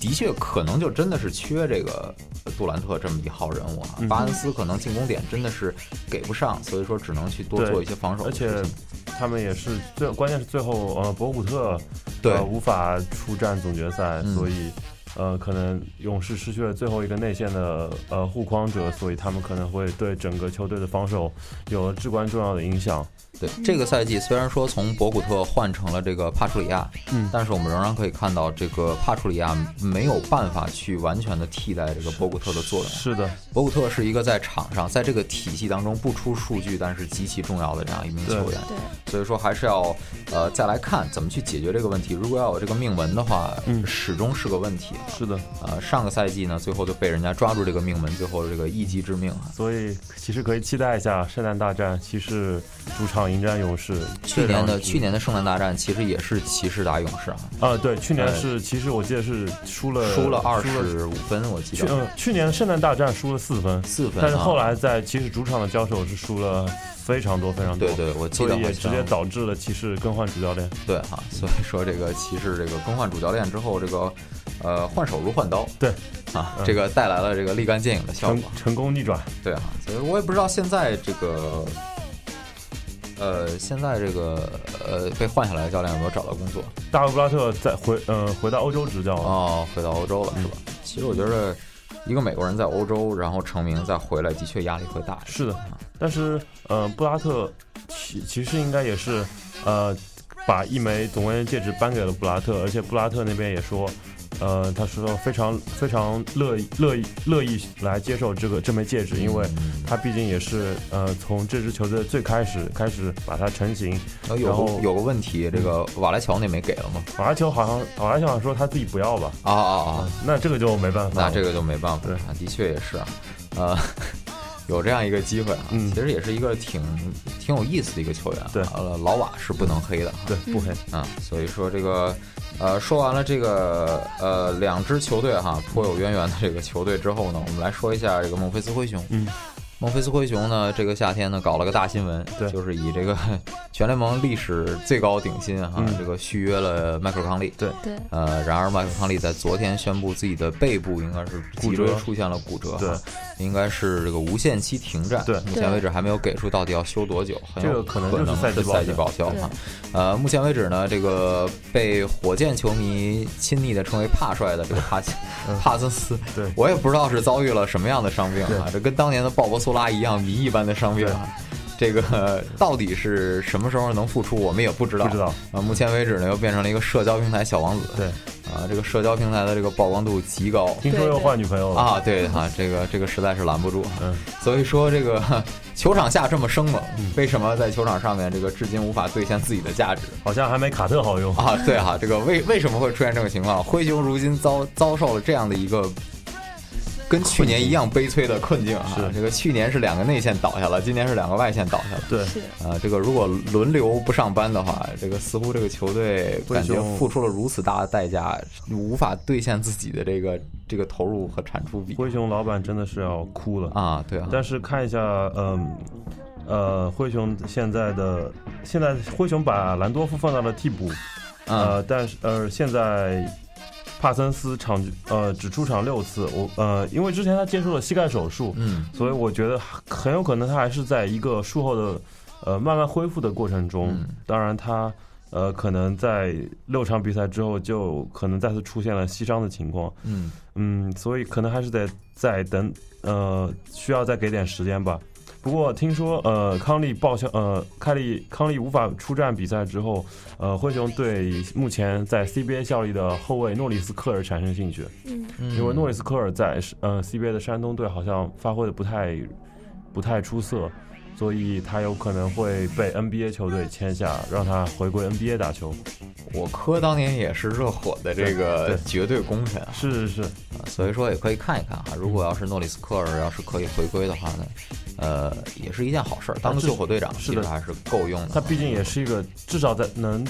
Speaker 1: 的确可能就真的是缺这个杜兰特这么一号人物
Speaker 5: 嗯
Speaker 1: 啊。巴恩斯可能进攻点真的是给不上，所以说只能去多
Speaker 5: 对
Speaker 1: 做一些防守
Speaker 5: 而
Speaker 1: 的事
Speaker 5: 且
Speaker 1: 情。
Speaker 5: 他们也是最关键是最后呃博古特
Speaker 1: 对
Speaker 5: 呃、无法出战总决赛，
Speaker 1: 嗯
Speaker 5: 所以呃，可能勇士失去了最后一个内线的呃护框者，所以他们可能会对整个球队的防守有了至关重要的影响。
Speaker 1: 对，这个赛季虽然说从博古特换成了这个帕楚里亚，嗯，但是我们仍然可以看到，这个帕楚里亚没有办法去完全的替代这个博古特的作用。
Speaker 5: 是的，
Speaker 1: 博古特是一个在场上，在这个体系当中不出数据，但是极其重要的这样一名球员。
Speaker 3: 对
Speaker 1: 所以说还是要呃再来看怎么去解决这个问题。如果要有这个命门的话，
Speaker 5: 嗯
Speaker 1: 始终是个问题。
Speaker 5: 是的，
Speaker 1: 呃，上个赛季呢，最后就被人家抓住这个命门，最后这个一击致命啊。
Speaker 5: 所以其实可以期待一下圣诞大战，骑士主场迎战勇士。
Speaker 1: 去年的
Speaker 5: 这两支
Speaker 1: 去年的圣诞大战其实也是骑士打勇士啊，
Speaker 5: 啊、对，去年
Speaker 1: 哎
Speaker 5: 是其实我记得是输了
Speaker 1: 输了二十五分，我记
Speaker 5: 去
Speaker 1: 得
Speaker 5: 嗯，去年圣诞大战输了四分，
Speaker 1: 四分啊
Speaker 5: 但是后来在骑士主场的交手是输了非常多非常多，
Speaker 1: 对对我记
Speaker 5: 所
Speaker 1: 得
Speaker 5: 以
Speaker 1: 好
Speaker 5: 也直
Speaker 1: 像
Speaker 5: 接导致了骑士更换主教练。
Speaker 1: 对哈、 所以说这个骑士这个更换主教练之后，这个呃换手如换刀
Speaker 5: 对，嗯
Speaker 1: 啊，这个带来了这个立竿见影的效
Speaker 5: 成
Speaker 1: 果。
Speaker 5: 成功逆转，
Speaker 1: 对啊，所以我也不知道现在这个呃现在这个呃被换下来的教练有没有找到工作？
Speaker 5: 大卫布拉特再回嗯、回到欧洲执教了。啊
Speaker 1: 哦，回到欧洲了是吧？其实我觉得一个美国人在欧洲然后成名再回来，的确压力会大一些。
Speaker 5: 是的，但是呃，布拉特其其实应该也是呃，把一枚总冠军戒指颁给了布拉特，而且布拉特那边也说，呃，他说非常非常乐意乐意乐意来接受这个这枚戒指，因为他毕竟也是呃从这支球队最开始开始把它成型，
Speaker 1: 然后哦
Speaker 5: 然
Speaker 1: 呃有
Speaker 5: 后
Speaker 1: 个有个问题，这个瓦莱乔那没给了吗？
Speaker 5: 瓦拉球好像瓦拉球好像说他自己不要吧，
Speaker 1: 啊啊啊！
Speaker 5: 那这个就没办法
Speaker 1: 那
Speaker 5: 了，
Speaker 1: 这个就没办法
Speaker 5: 嗯对
Speaker 1: 了，的确也是，呃，有这样一个机会啊，
Speaker 5: 嗯
Speaker 1: 其实也是一个挺挺有意思的一个球员啊。
Speaker 5: 对
Speaker 1: 呃，老瓦是不能黑的啊。
Speaker 5: 对不黑，
Speaker 1: 啊，所以说这个，呃，说完了这个呃两支球队哈颇有渊源的这个球队之后呢，我们来说一下这个孟菲斯灰熊。
Speaker 5: 嗯，
Speaker 1: 孟菲斯灰熊呢，这个夏天呢搞了个大新闻，
Speaker 5: 对
Speaker 1: 就是以这个全联盟历史最高顶薪哈、
Speaker 5: 嗯
Speaker 1: 这个续约了迈克尔康利。
Speaker 5: 对
Speaker 3: 对
Speaker 1: 呃，然而麦克康利在昨天宣布自己的背部应该是脊
Speaker 5: 骨
Speaker 1: 椎
Speaker 5: 折
Speaker 1: 出现了骨折，哈，应该是这个无限期停战。
Speaker 5: 对
Speaker 1: 目前为止还没有给出到底要休多久，很
Speaker 5: 这
Speaker 1: 有
Speaker 5: 个可能
Speaker 1: 能
Speaker 5: 就是赛季
Speaker 1: 是
Speaker 5: 报
Speaker 1: 赛季
Speaker 5: 销
Speaker 1: 报销哈。呃，目前为止呢，这个被火箭球迷亲昵的称为“帕帅”的这个帕 西帕森斯，
Speaker 5: 嗯对
Speaker 1: 我也不知道是遭遇了什么样的伤病啊，这跟当年的鲍勃苏拉一样谜一般的伤病啊。这个到底是什么时候能复出，我们也不知道。
Speaker 5: 不知道
Speaker 1: 啊，目前为止呢，又变成了一个社交平台小王子。
Speaker 5: 对，
Speaker 1: 啊，这个社交平台的这个曝光度极高
Speaker 5: 听说
Speaker 3: 对
Speaker 5: 又
Speaker 3: 对
Speaker 5: 换女朋友了，
Speaker 1: 啊，对啊，这个这个实在是拦不住。
Speaker 5: 嗯，
Speaker 1: 所以说这个球场下这么生猛，为什么在球场上面这个至今无法兑现自己的价值？
Speaker 5: 好像还没卡特好用，
Speaker 1: 啊，对哈、这个为为什么会出现这种情况？灰熊如今遭遭受了这样的一个跟去年一样悲催的困境啊！
Speaker 5: 是
Speaker 1: 这个去年是两个内线倒下了，今年是两个外线倒下了。
Speaker 5: 对。
Speaker 1: 啊，这个如果轮流不上班的话，这个似乎这个球队
Speaker 5: 灰
Speaker 1: 感觉
Speaker 5: 熊
Speaker 1: 付出了如此大的代价，无法兑现自己的这个这个投入和产出比
Speaker 5: 灰熊老板真的是要哭了！
Speaker 1: 啊，对啊，
Speaker 5: 但是看一下，嗯，呃，灰熊现在的现在灰熊把兰多夫放到了替补，
Speaker 1: 嗯
Speaker 5: 呃，但是呃，现在帕森斯场呃只出场六次，我呃，因为之前他接受了膝盖手术，
Speaker 1: 嗯
Speaker 5: 所以我觉得很有可能他还是在一个术后的呃慢慢恢复的过程中，
Speaker 1: 嗯
Speaker 5: 当然他。呃，可能在六场比赛之后，就可能再次出现了膝伤的情况。
Speaker 1: 嗯
Speaker 5: 嗯，所以可能还是得再等，呃，需要再给点时间吧。不过听说，呃，康利报销，呃，康利康利无法出战比赛之后，呃，灰熊对目前在 CBA 效力的后卫诺里斯科尔产生兴趣，
Speaker 1: 嗯，
Speaker 5: 因为诺里斯科尔在呃 CBA 的山东队好像发挥的不太不太出色，所以他有可能会被 NBA 球队签下，让他回归 NBA 打球。
Speaker 1: 我科当年也是热火的这个
Speaker 5: 对对
Speaker 1: 绝对功臣啊，
Speaker 5: 是是是，
Speaker 1: 所以说也可以看一看
Speaker 5: 嗯
Speaker 1: 哈。如果要是诺里斯科尔要是可以回归的话呢，呃，也是一件好事儿。当个
Speaker 5: 啊这
Speaker 1: 救火队长其
Speaker 5: 是
Speaker 1: 实
Speaker 5: 的
Speaker 1: 还是够用的。啊
Speaker 5: 他毕竟也是一个至少在能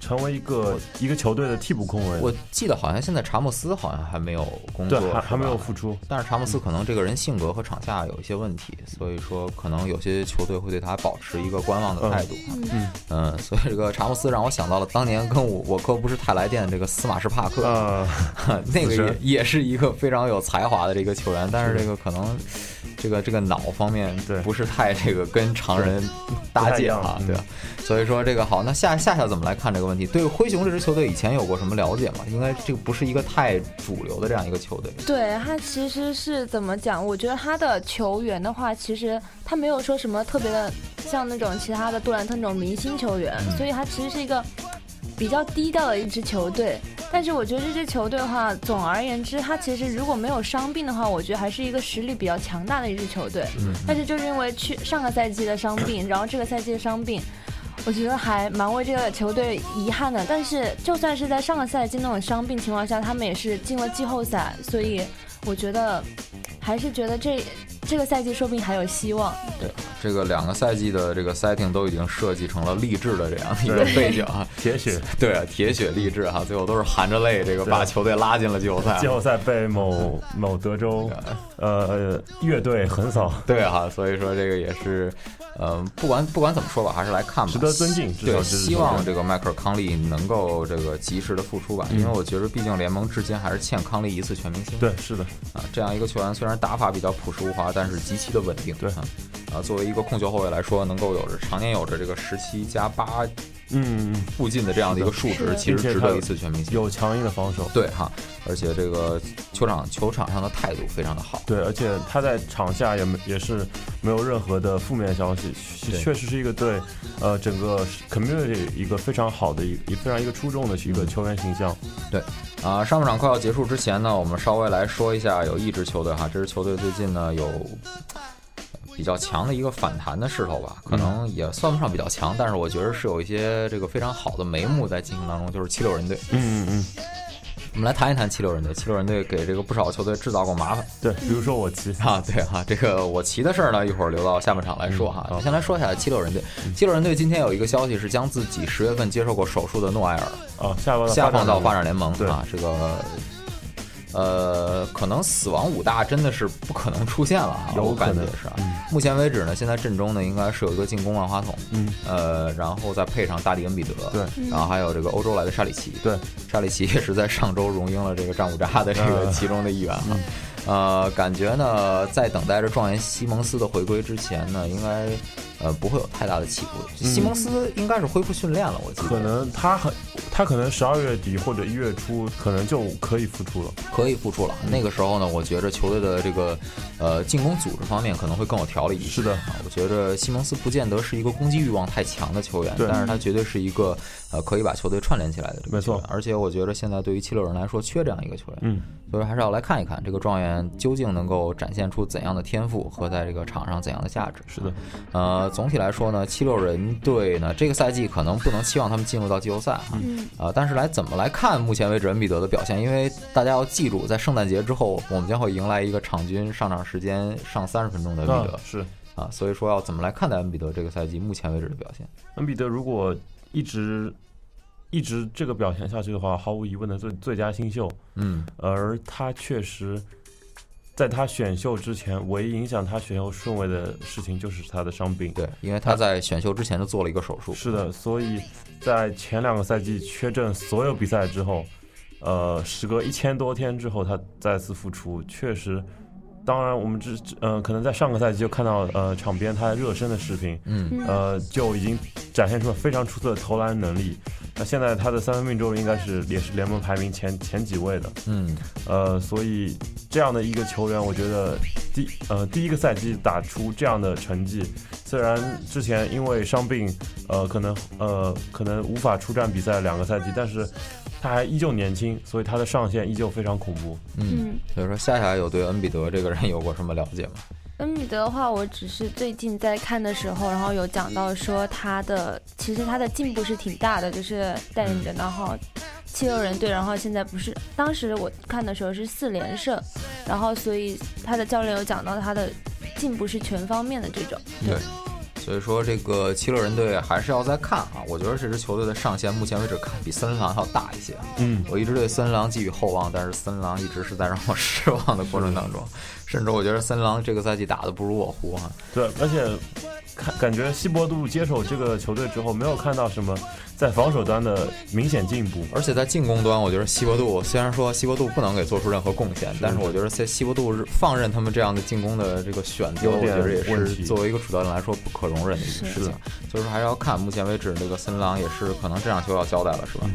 Speaker 5: 成为一个一个球队的替补控卫，
Speaker 1: 我记得好像现在查莫斯好像还没有工
Speaker 5: 对
Speaker 1: 作，
Speaker 5: 还
Speaker 1: 是
Speaker 5: 还没
Speaker 1: 吧
Speaker 5: 有复出。
Speaker 1: 但是查莫斯可能这个人性格和场下有一些问
Speaker 5: 嗯
Speaker 1: 题，所以说可能有些球队会对他保持一个观望的态度。嗯所以这个查莫斯让我想到了当年跟我我科不是泰来电这个司马什帕克，
Speaker 5: 呃，
Speaker 1: 那个
Speaker 5: 是
Speaker 1: 也也是一个非常有才华的这个球员，但是这个可能这个这个脑方面
Speaker 5: 对
Speaker 1: 不是太这个跟常人搭界啊，啊
Speaker 5: 不太一样嗯
Speaker 1: 对吧，所以说这个好，那下下下怎么来看这个问问题。对灰熊这支球队以前有过什么了解吗？应该这个不是一个太主流的这样一个球队。
Speaker 3: 对他其实是怎么讲？我觉得他的球员的话，其实他没有说什么特别的，像那种其他的杜兰特那种明星球员，所以他其实是一个比较低调的一支球队。但是我觉得这支球队的话，总而言之，他其实如果没有伤病的话，我觉得还是一个实力比较强大的一支球队。但是就是因为去上个赛季的伤病，然后这个赛季的伤病，我觉得还蛮为这个球队遗憾的，但是就算是在上个赛季那种伤病情况下，他们也是进了季后赛，所以我觉得还是觉得这这个赛季说不定还有希望。
Speaker 1: 对，啊这个两个赛季的这个 setting 都已经设计成了励志的这样的一个背景啊。
Speaker 5: 铁血
Speaker 1: 对啊，铁血励志哈、最后都是含着泪，这个把球队拉进了季后赛。
Speaker 5: 呃季后赛被某某德州呃乐队横扫，
Speaker 1: 对哈、所以说这个也是，嗯，不管不管怎么说吧，还是来看吧，
Speaker 5: 值得尊敬
Speaker 1: 对，
Speaker 5: 至少值得尊敬
Speaker 1: 希望这个迈克尔康利能够这个及时的复出吧，因为我觉得毕竟联盟至今还是欠康利一次全明星。
Speaker 5: 嗯对，是的，
Speaker 1: 啊，这样一个球员虽然打法比较朴实无华，但是极其的稳定。
Speaker 5: 对
Speaker 1: 啊，啊，作为一个控球后卫来说，能够有着常年有着这个十七加八
Speaker 5: 嗯，
Speaker 1: 附近的这样的一个数
Speaker 3: 是
Speaker 1: 值，
Speaker 3: 的
Speaker 1: 其实值得一次全明星。
Speaker 5: 有强硬的防守，
Speaker 1: 对哈，而且这个球场球场上的态度非常的好。
Speaker 5: 对，而且他在场下也没也是没有任何的负面消息，
Speaker 1: 对
Speaker 5: 确实是一个对呃整个 community 一个非常好的一一非常一个出众的一个球员形象。
Speaker 1: 对，啊、上半场快要结束之前呢，我们稍微来说一下有一支球队哈，这支球队最近呢有呃比较强的一个反弹的势头吧，可能
Speaker 5: 嗯
Speaker 1: 也算不上比较强，但是我觉得是有一些这个非常好的眉目在进行当中，就是七六人队。
Speaker 5: 嗯嗯嗯，
Speaker 1: 我们来谈一谈七六人队，七六人队给这个不少球队制造过麻烦。
Speaker 5: 对，比如说我骑，
Speaker 1: 啊，对哈、这个我骑的事儿呢，一会儿留到下半场来说哈。
Speaker 5: 嗯好
Speaker 1: 先来说一下七六人队，七六人队今天有一个消息是将自己十月份接受过手术的诺埃尔
Speaker 5: 啊，下方
Speaker 1: 下放到
Speaker 5: 发
Speaker 1: 发展联盟
Speaker 5: 对
Speaker 1: 啊，这个。呃，可能死亡五大真的是不可能出现了啊，
Speaker 5: 有
Speaker 1: 我
Speaker 5: 可
Speaker 1: 感
Speaker 5: 能
Speaker 1: 觉是啊。目前为止呢，现在阵中呢应该是有一个进攻万花筒，
Speaker 5: 嗯，
Speaker 1: 呃，然后再配上大力恩比德，
Speaker 5: 对，嗯
Speaker 1: 然后还有这个欧洲来的沙里奇，
Speaker 5: 对，
Speaker 1: 沙里奇也是在上周荣膺了这个战五渣的这个
Speaker 5: 呃
Speaker 1: 其中的一员哈。呃，感觉呢，在等待着状元西蒙斯的回归之前呢，应该呃不会有太大的起伏。西蒙斯应该是恢复训练了，我记得
Speaker 5: 嗯可能他很，他可能十二月底或者一月初可能就可以复出了。
Speaker 1: 可以复出了。那个时候呢，我觉着球队的这个呃进攻组织方面可能会更有条理一些。
Speaker 5: 是的
Speaker 1: 啊，我觉着西蒙斯不见得是一个攻击欲望太强的球员，
Speaker 5: 对
Speaker 1: 但是他绝对是一个呃可以把球队串联起来的这个
Speaker 5: 没错
Speaker 1: 球员而且我觉得现在对于七六人来说缺这样一个球员，
Speaker 5: 嗯，
Speaker 1: 所以还是要来看一看这个状元究竟能够展现出怎样的天赋和在这个场上怎样的价值。
Speaker 5: 是的，
Speaker 1: 呃，总体来说呢，七六人队呢这个赛季可能不能期望他们进入到季后赛哈，
Speaker 5: 嗯
Speaker 1: 呃，但是来怎么来看目前为止恩比德的表现？因为大家要记住，在圣诞节之后，我们将会迎来一个场均上场时间上三十分钟的恩比德
Speaker 5: 啊、是
Speaker 1: 啊，所以说要怎么来看待恩比德这个赛季目前为止的表现？
Speaker 5: 恩比德如果一直一直这个表现下去的话，毫无疑问的最最佳新秀。
Speaker 1: 嗯，
Speaker 5: 而他确实在他选秀之前，唯一影响他选秀顺位的事情就是他的伤病。
Speaker 1: 对，，因为他在选秀之前就做了一个手术，
Speaker 5: 啊是的，所以在前两个赛季缺阵所有比赛之后，呃，时隔一千多天之后，他再次复出，确实。当然，我们之呃，可能在上个赛季就看到呃场边他热身的视频，
Speaker 1: 嗯，
Speaker 5: 呃，就已经展现出了非常出色的投篮能力。那现在他的三分命中率应该是也是联盟排名前前几位的。
Speaker 1: 嗯，
Speaker 5: 呃，所以这样的一个球员，我觉得第呃第一个赛季打出这样的成绩，虽然之前因为伤病，呃，可能呃可能无法出战比赛两个赛季，但是他还依旧年轻，所以他的上限依旧非常恐怖。
Speaker 1: 嗯，所以说夏夏有对恩比德这个人有过什么了解吗？
Speaker 3: 恩比德的话，我只是最近在看的时候，然后有讲到说他的其实他的进步是挺大的，就是带领着然后七六人队，然后现在不是当时我看的时候是四连胜，然后所以他的教练有讲到他的进步是全方面的这种，
Speaker 5: 嗯
Speaker 1: 对，所以说这个七六人队还是要再看啊。我觉得这支球队的上限目前为止看比森林狼要大一些。
Speaker 5: 嗯，
Speaker 1: 我一直对森林狼寄予厚望，但是森林狼一直是在让我 失啊望的过程当中，甚至我觉得森林狼这个赛季打的不如我胡哈。
Speaker 5: 对，而且看感觉希伯杜接手这个球队之后，没有看到什么在防守端的明显进步。
Speaker 1: 而且在进攻端，我觉得西伯杜虽然说西伯杜不能给做出任何贡献，但是我觉得在西伯杜放任他们这样的进攻的这个选择，
Speaker 5: 有
Speaker 1: 我
Speaker 5: 点
Speaker 1: 觉得也
Speaker 5: 问
Speaker 1: 是
Speaker 5: 题
Speaker 1: 作为一个主教练来说不可容忍的一个事情。所以说还是要看，目前为止那个森林狼也是可能这场球要交代了，是吧？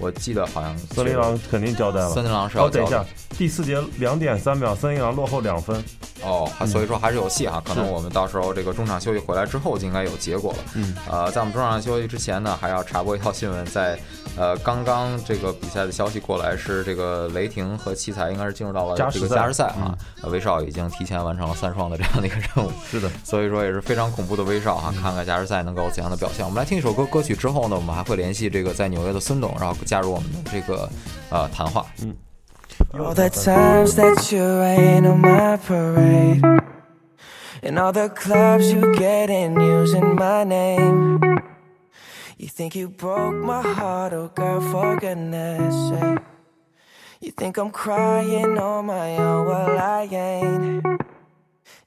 Speaker 1: 我记得好像
Speaker 5: 嗯森林狼肯定交代了，
Speaker 1: 森林狼是
Speaker 5: 然
Speaker 1: 要
Speaker 5: 后等一
Speaker 1: 交代
Speaker 5: 下，第四节两点三秒，森林狼落后两分。
Speaker 1: 哦，
Speaker 5: 嗯
Speaker 1: 还所以说还是有戏哈，可能我们到时候这个中场休息回来之后就应该有结果了。嗯，呃，在我们中场休息之前呢，还要插播一条新闻，在呃刚刚这个比赛的消息过来是这个雷霆和奇才应该是进入到了
Speaker 5: 加
Speaker 1: 这个
Speaker 5: 时赛嗯
Speaker 1: 加时赛啊，呃威少已经提前完成了三双的这样的一个任务，
Speaker 5: 是的，嗯
Speaker 1: 所以说也是非常恐怖的威少哈，看看加时赛能够怎样的表现。我们来听一首歌歌曲之后呢，我们还会联系这个在纽约的孙董，然后加入我们的这个呃谈话。
Speaker 2: All the times that you rain on my parade, and all the clubs you get in using my name. You think you broke my heart, oh girl, for goodness sake. You think I'm crying on my own, well, I ain't.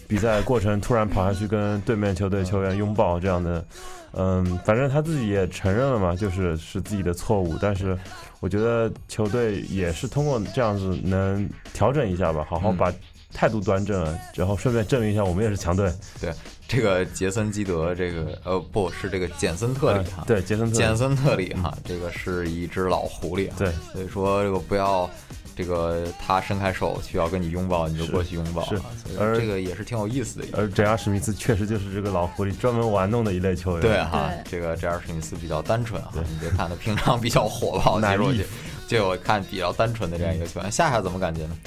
Speaker 5: 比赛过程突然跑下去跟对面球队球员拥抱这样的，嗯，反正他自己也承认了嘛，就是是自己的错误，但是我觉得球队也是通过这样子能调整一下吧，好好把态度端正了，然后顺便证明一下我们也是强队，
Speaker 1: 对，这个杰森基德，这个呃不是这个简森特里哈、
Speaker 5: 呃对杰森特
Speaker 1: 简
Speaker 5: 里，
Speaker 1: 森特里哈、这个是一只老狐狸、啊，
Speaker 5: 对，
Speaker 1: 所以说这个不要。这个他伸开手去要跟你拥抱，你就过去拥抱、啊，
Speaker 5: 是
Speaker 1: 所以
Speaker 5: 而
Speaker 1: 说这个也是挺有意思的一个。
Speaker 5: 而杰拉史密斯确实就是这个老狐狸专门玩弄的一类球员，
Speaker 1: 对啊哈，
Speaker 3: 对
Speaker 1: 这个詹尔史密斯比较单纯哈，你别看他平常比较火 爆，其
Speaker 5: 奶
Speaker 1: 实我
Speaker 5: 力
Speaker 1: 就就我看比较单纯的这样一个
Speaker 5: 嗯
Speaker 1: 球员。夏夏怎么感觉呢？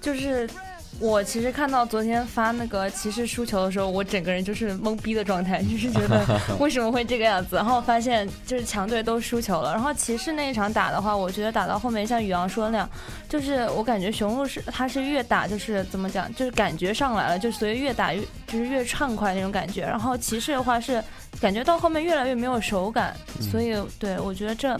Speaker 3: 就是我其实看到昨天发那个骑士输球的时候，我整个人就是懵逼的状态，就是觉 得为什么会这个样子。然后发现就是强队都输球了，然后骑士那一场打的话，我觉得打到后面像宇昂说的那样，就是我感觉雄鹿是他是越打就是怎么讲，就是感觉上来了，就所以越打越就是越畅快那种感觉。然后骑士的话是感觉到后面越来越没有手感，
Speaker 1: 嗯
Speaker 3: 所以对我觉得这。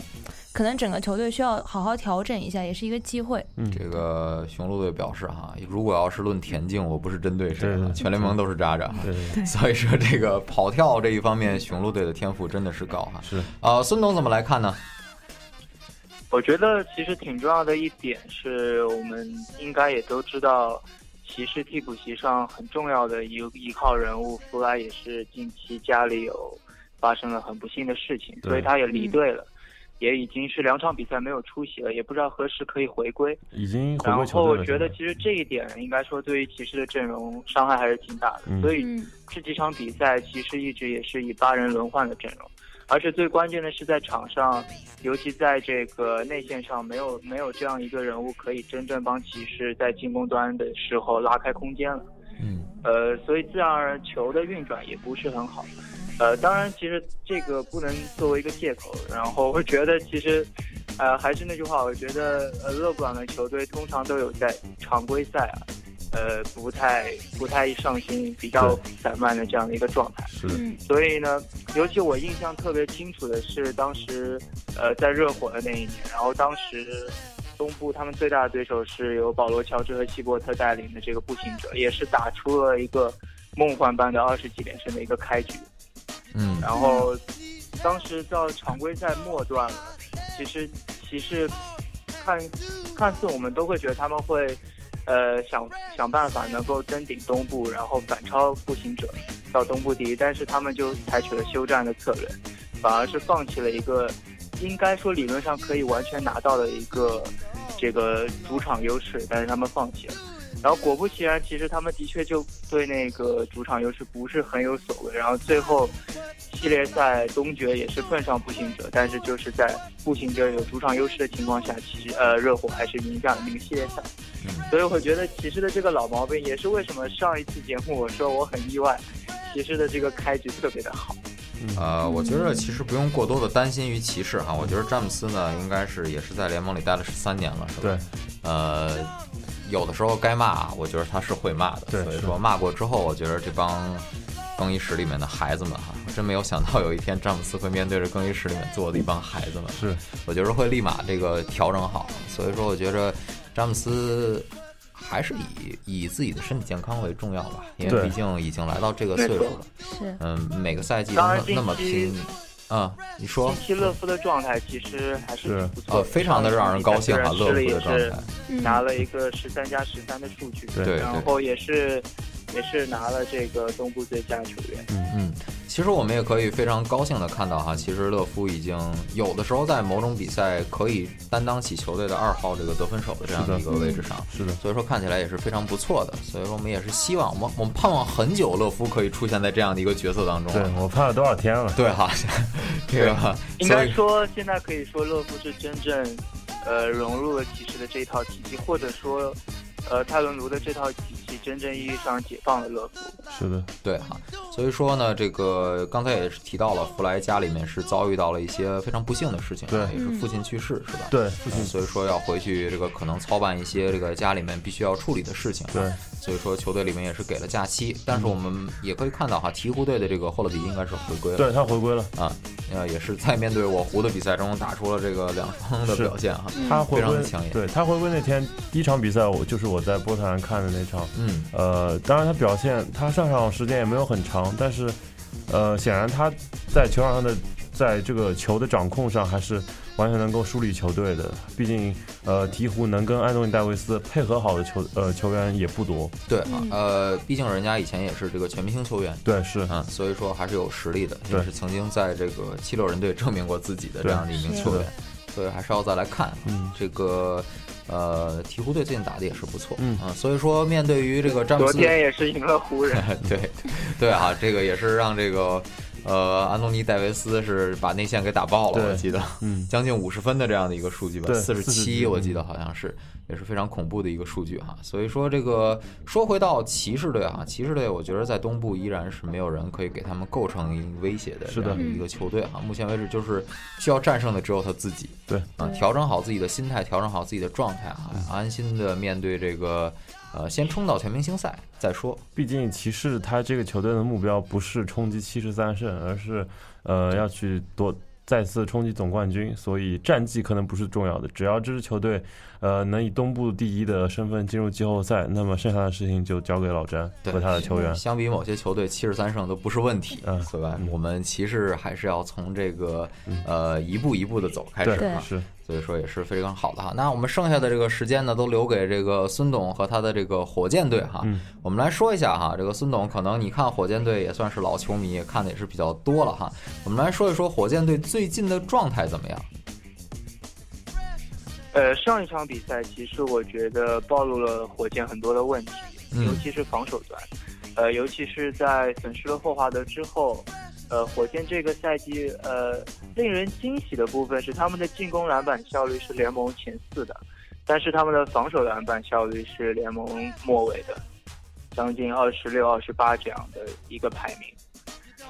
Speaker 3: 可能整个球队需要好好调整一下，也是一个机会。
Speaker 5: 嗯
Speaker 1: 这个雄鹿队表示哈，如果要是论田径，我不是针对谁
Speaker 5: 对
Speaker 1: 啊，
Speaker 5: 对
Speaker 1: 全联盟都是渣渣。
Speaker 5: 对对对
Speaker 1: 所以说这个跑跳这一方面，雄鹿队的天赋真的是高哈。
Speaker 5: 是。
Speaker 1: 呃，孙董怎么来看呢？
Speaker 10: 我觉得其实挺重要的一点是我们应该也都知道，骑士替补席上很重要的一依靠人物弗莱也是近期家里有发生了很不幸的事情，
Speaker 5: 对嗯
Speaker 10: 所以他也离队了，也已经是两场比赛没有出席了，也不知道何时可以回归。
Speaker 5: 已经回
Speaker 10: 然
Speaker 5: 归
Speaker 10: 后
Speaker 5: 球队
Speaker 10: 我
Speaker 5: 了。
Speaker 10: 觉得
Speaker 5: 现在
Speaker 10: 其实这一点应该说对于骑士的阵容伤害还是挺大的，
Speaker 5: 嗯
Speaker 10: 所以
Speaker 3: 嗯，
Speaker 10: 这几场比赛其实一直也是以八人轮换的阵容，而且最关键的是在场上，尤其在这个内线上，没有没有这样一个人物可以真正帮骑士在进攻端的时候拉开空间了。
Speaker 1: 嗯，
Speaker 10: 呃，所以自然而然球的运转也不是很好。呃，当然，其实这个不能作为一个借口。然后我觉得，其实，呃，还是那句话，我觉得呃，勒布朗的球队通常都有在常规赛啊，呃不太不太上心、比较散漫的这样的一个状态。
Speaker 5: 是
Speaker 3: 嗯
Speaker 10: 所以呢，尤其我印象特别清楚的是，当时呃在热火的那一年，然后当时东部他们最大的对手是由保罗·乔治和希伯特带领的这个步行者，也是打出了一个梦幻般的二十几连胜的一个开局。
Speaker 1: 嗯
Speaker 10: 然后当时到常规赛末段了，其实骑士看看似我们都会觉得他们会呃想想办法能够登顶东部，然后反超步行者到东部第一，但是他们就采取了休战的策略，反而是放弃了一个应该说理论上可以完全拿到的一个这个主场优势，但是他们放弃了。然后果不其然，其实他们的确就对那个主场优势不是很有所谓。然后最后系列赛东决也是碰上步行者，但是就是在步行者有主场优势的情况下，其实呃热火还是赢下了那个系列赛。所以我觉得骑士的这个老毛病，也是为什么上一期节目我说我很意外，骑士的这个开局特别的好。
Speaker 1: 呃，我觉得其实不用过多的担心于骑士哈，我觉得詹姆斯呢，应该是也是在联盟里待了十三年了，是吧？
Speaker 5: 对，
Speaker 1: 呃，有的时候该骂，我觉得他是会骂的，
Speaker 5: 对
Speaker 1: 所以
Speaker 5: 是
Speaker 1: 说骂过之后，我觉得这帮更衣室里面的孩子们哈，我真没有想到有一天詹姆斯会面对着更衣室里面坐的一帮孩子们，
Speaker 5: 是
Speaker 1: 我觉得会立马这个调整好，所以说我觉着詹姆斯。还是以以自己的身体健康为重要吧，因为
Speaker 5: 对
Speaker 1: 毕竟已经来到这个岁数了。
Speaker 3: 是
Speaker 1: 嗯，每个赛季都
Speaker 10: 当然
Speaker 1: 那那么
Speaker 10: 近期
Speaker 1: 拼，啊、你说
Speaker 10: 近，期乐福的状态其实还是挺不错
Speaker 1: 呃，
Speaker 10: 的，
Speaker 1: 非常的让人高兴啊，乐福的状态，
Speaker 3: 嗯
Speaker 10: 拿了一个十三加十三的数据，
Speaker 5: 对
Speaker 1: 对
Speaker 10: 然后也是也是拿了这个东部最佳球员。
Speaker 1: 嗯，其实我们也可以非常高兴的看到哈，其实勒夫已经有的时候在某种比赛可以担当起球队的二号这个得分手的这样的一个位置上，
Speaker 5: 是的，
Speaker 1: 所以说看起来也是非常不错的，所以说我们也是希望我们我们盼望很久勒夫可以出现在这样的一个角色当中
Speaker 5: 对
Speaker 1: 啊，
Speaker 5: 我盼了多少天了？
Speaker 1: 对哈，这个
Speaker 10: 应
Speaker 1: 所
Speaker 10: 该
Speaker 1: 以
Speaker 10: 说，现在可以说乐福是真正呃融入了骑士的这套体系，或者说呃泰伦卢的这套体系真正意义上解放了乐福。
Speaker 5: 是的，
Speaker 1: 对哈、所以说呢，这个刚才也是提到了，弗莱家里面是遭遇到了一些非常不幸的事情啊，
Speaker 5: 对
Speaker 1: 也是
Speaker 10: 嗯
Speaker 1: 父亲去世，是吧？
Speaker 5: 对父亲
Speaker 1: 嗯所以说要回去这个可能操办一些这个家里面必须要处理的事情、啊，
Speaker 5: 对，
Speaker 1: 所以说球队里面也是给了假期，但是我们也可以看到哈，鹈鹕队的这个霍勒迪应该是回归了，
Speaker 5: 对他回归了，
Speaker 1: 啊，呃，也是在面对我湖的比赛中打出了这个两双的
Speaker 5: 是
Speaker 1: 表现哈、
Speaker 5: 他回
Speaker 1: 非常
Speaker 5: 归
Speaker 1: 的抢眼，
Speaker 5: 对他回归那天第一场比赛，我就是我在波特兰看的那场，
Speaker 1: 嗯，
Speaker 5: 呃，当然他表现，他上场时间也没有很长，但是，呃，显然他在球场上的，在这个球的掌控上还是完全能够梳理球队的。毕竟，呃，鹈鹕能跟安东尼戴维斯配合好的球，呃，球员也不多。
Speaker 1: 对啊，呃，毕竟人家以前也是这个全明星球员，
Speaker 5: 对，是，
Speaker 1: 嗯，所以说还是有实力的，
Speaker 5: 对
Speaker 1: 也是曾经在这个七六人队证明过自己的这
Speaker 5: 对
Speaker 1: 样的一名
Speaker 3: 是
Speaker 1: 球员，所以还是要再来看啊、
Speaker 5: 嗯
Speaker 1: 这个。呃，鹈鹕队最近打的也是不错，
Speaker 5: 嗯
Speaker 1: 啊所以说面对于这个詹姆
Speaker 10: 昨
Speaker 1: 斯，
Speaker 10: 天也是赢了湖人，
Speaker 1: 对，对啊，这个也是让这个呃安东尼戴维斯是把内线给打爆了，
Speaker 5: 对
Speaker 1: 我记得，
Speaker 5: 嗯
Speaker 1: 将近五十分的这样的一个数据吧，
Speaker 5: 对
Speaker 1: 四十七
Speaker 5: 47
Speaker 1: 我记得好像是，也是非常恐怖的一个数据哈。所以说这个说回到骑士队哈，骑士队我觉得在东部依然是没有人可以给他们构成威胁的这
Speaker 5: 是的
Speaker 1: 样一个球队哈。目前为止就是需要战胜的只有他自己，
Speaker 5: 对，嗯
Speaker 1: 啊，调整好自己的心态，调整好自己的状态啊，安心的面对这个。呃，先冲到全明星赛再说。
Speaker 5: 毕竟骑士他这个球队的目标不是冲击七十三胜，而是，呃，要去夺再次冲击总冠军，所以战绩可能不是重要的，只要这支球队，呃，能以东部第一的身份进入季后赛，那么剩下的事情就交给老詹
Speaker 1: 对
Speaker 5: 和他的球员。
Speaker 1: 相比某些球队，七十三胜都不是问题，
Speaker 5: 嗯
Speaker 1: 对吧？我们骑士还是要从这个呃一步一步的走开始
Speaker 5: 对，
Speaker 1: 啊，
Speaker 5: 是
Speaker 1: 所以说也是非常好的哈。那我们剩下的这个时间呢，都留给这个孙董和他的这个火箭队哈。
Speaker 5: 嗯
Speaker 1: 我们来说一下哈，这个孙董可能你看火箭队也算是老球迷，也看的也是比较多了哈。我们来说一说火箭队最近的状态怎么样？
Speaker 10: 呃，上一场比赛其实我觉得暴露了火箭很多的问题，
Speaker 1: 嗯
Speaker 10: 尤其是防守端，呃，尤其是在损失了霍华德之后，呃，火箭这个赛季呃令人惊喜的部分是他们的进攻篮板效率是联盟前四的，但是他们的防守篮板效率是联盟末尾的，将近二十六、二十八这样的一个排名。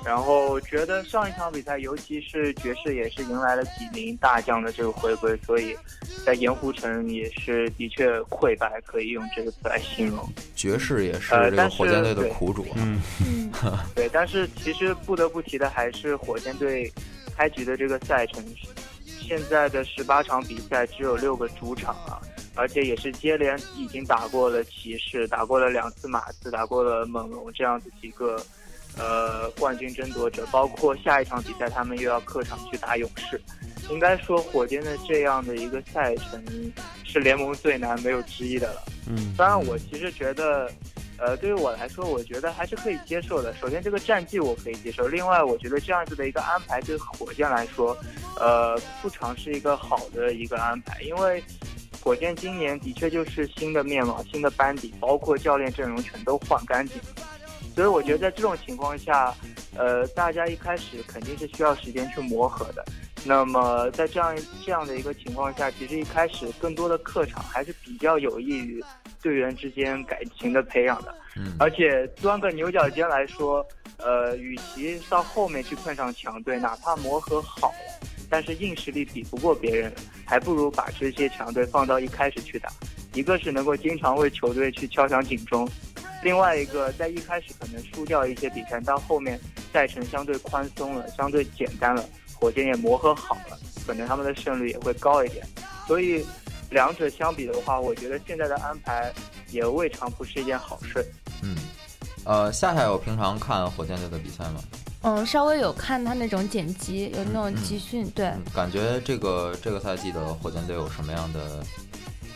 Speaker 10: 然后觉得上一场比赛，尤其是爵士也是迎来了几名大将的这个回归，所以在盐湖城也是的确溃败，可以用这个词来形容。
Speaker 1: 爵士也是
Speaker 10: 呃
Speaker 1: 这个
Speaker 10: 但
Speaker 1: 火箭队
Speaker 10: 是
Speaker 1: 的
Speaker 10: 对
Speaker 1: 苦主啊。
Speaker 5: 嗯，
Speaker 10: 对，但是其实不得不提的还是火箭队开局的这个赛程，现在的十八场比赛只有六个主场啊，而且也是接连已经打过了骑士，打过了两次马刺，打过了猛龙这样子几个呃冠军争夺者，包括下一场比赛他们又要客场去打勇士。应该说，火箭的这样的一个赛程是联盟最难，没有之一的了。
Speaker 5: 嗯
Speaker 10: 当然，我其实觉得，呃，对于我来说，我觉得还是可以接受的。首先，这个战绩我可以接受；另外，我觉得这样子的一个安排对火箭来说，呃，不尝是一个好的一个安排，因为火箭今年的确就是新的面貌、新的班底，包括教练阵容全都换干净。所以我觉得在这种情况下，呃，大家一开始肯定是需要时间去磨合的。那么在这样这样的一个情况下，其实一开始更多的客场还是比较有益于队员之间感情的培养的。
Speaker 1: 嗯，
Speaker 10: 而且钻个牛角尖来说，呃，与其到后面去碰上强队，哪怕磨合好了，但是硬实力比不过别人，还不如把这些强队放到一开始去打。一个是能够经常为球队去敲响警钟，另外一个在一开始可能输掉一些比赛，到后面赛程相对宽松了，相对简单了，火箭也磨合好了，可能他们的胜率也会高一点。所以两者相比的话，我觉得现在的安排也未尝不是一件好事。
Speaker 1: 嗯，呃，夏夏有平常看火箭队的比赛吗？
Speaker 3: 嗯，稍微有看他那种剪辑，有那种集训。对，
Speaker 1: 嗯感觉这个这个赛季的火箭队有什么样的？嗯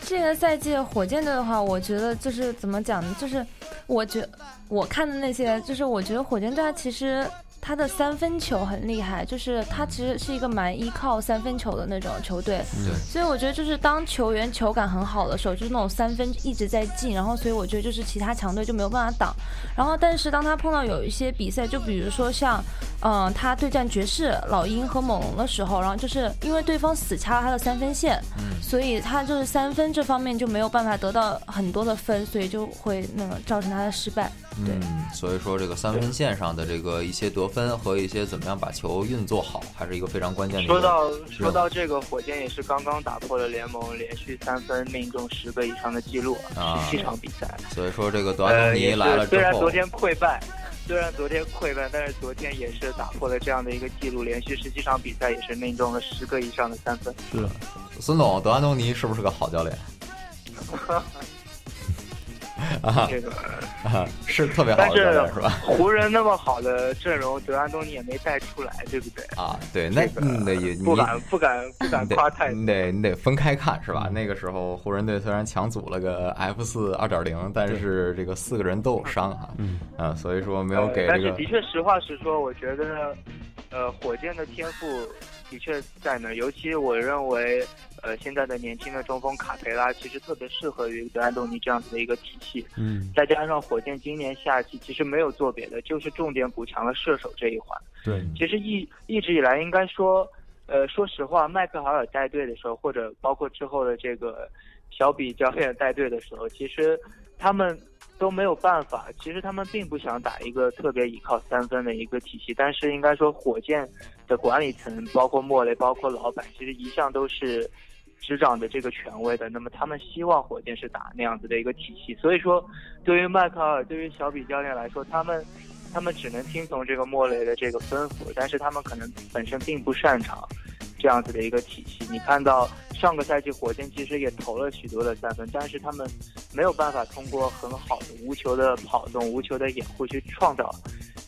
Speaker 3: 这个赛季火箭队的话，我觉得就是怎么讲呢？就是我觉我看的那些，就是我觉得火箭队它其实它的三分球很厉害，就是它其实是一个蛮依靠三分球的那种球队。
Speaker 1: 对，
Speaker 3: 所以我觉得就是当球员球感很好的时候，就是那种三分一直在进，然后所以我觉得就是其他强队就没有办法挡。然后但是当他碰到有一些比赛，就比如说像，嗯、他对战爵士、老鹰和猛龙的时候，然后就是因为对方死掐了他的三分线，所以他就是三分这方面就没有办法得到很多的分，所以就会那个造成他的失败。对，
Speaker 1: 嗯，所以说这个三分线上的这个一些得分和一些怎么样把球运作好，还是一个非常关键的一个。
Speaker 10: 说到说到这个，火箭也是刚刚打破了联盟连续三分命中十个以上的记录，
Speaker 1: 啊
Speaker 10: 十七场比赛。
Speaker 1: 所以说这个德安
Speaker 10: 呃，
Speaker 1: 东尼
Speaker 10: 也
Speaker 1: 来了
Speaker 10: 是虽
Speaker 1: 之
Speaker 10: 然
Speaker 1: 后
Speaker 10: 昨，天溃败，虽然昨天溃败，但是昨天也是打破了这样的一个记录，连续十七场比赛也是命中了十个以上的三分。
Speaker 5: 是
Speaker 1: 孙总，德安东尼是不是个好教练？啊
Speaker 10: 这个，
Speaker 1: 啊，是特别好
Speaker 10: 但
Speaker 1: 的教
Speaker 10: 是
Speaker 1: 练是吧？
Speaker 10: 湖人那么好的阵容，德安东尼也没带出来，对不对？
Speaker 1: 啊，对，那
Speaker 10: 这个
Speaker 1: 嗯那也你
Speaker 10: 不敢不敢不敢
Speaker 1: 你得
Speaker 10: 夸太多
Speaker 1: 你得你得分开看是吧？那个时候湖人队虽然强组了个 F 四二点零，但是这个四个人都有伤哈，
Speaker 5: 嗯
Speaker 1: 啊，所以说没有
Speaker 10: 呃
Speaker 1: 给
Speaker 10: 但
Speaker 1: 这
Speaker 10: 是
Speaker 1: 个
Speaker 10: 的确，实话实说，我觉得，呃，火箭的天赋的确在那儿，尤其我认为，呃，现在的年轻的中锋卡佩拉其实特别适合于德安东尼这样子的一个体系，
Speaker 5: 嗯，
Speaker 10: 再加上火箭今年夏季其实没有做别的，就是重点补强了射手这一环。
Speaker 5: 对，
Speaker 10: 其实一一直以来，应该说，呃，说实话，麦克海尔带队的时候，或者包括之后的这个小比教练带队的时候，其实他们都没有办法。其实他们并不想打一个特别依靠三分的一个体系，但是应该说，火箭的管理层，包括莫雷，包括老板，其实一向都是。执掌的这个权威的，那么他们希望火箭是打那样子的一个体系，所以说，对于麦克尔，对于小比教练来说，他们他们只能听从这个莫雷的这个吩咐，但是他们可能本身并不擅长这样子的一个体系。你看到上个赛季火箭其实也投了许多的三分，但是他们没有办法通过很好的无球的跑动、无球的掩护去创造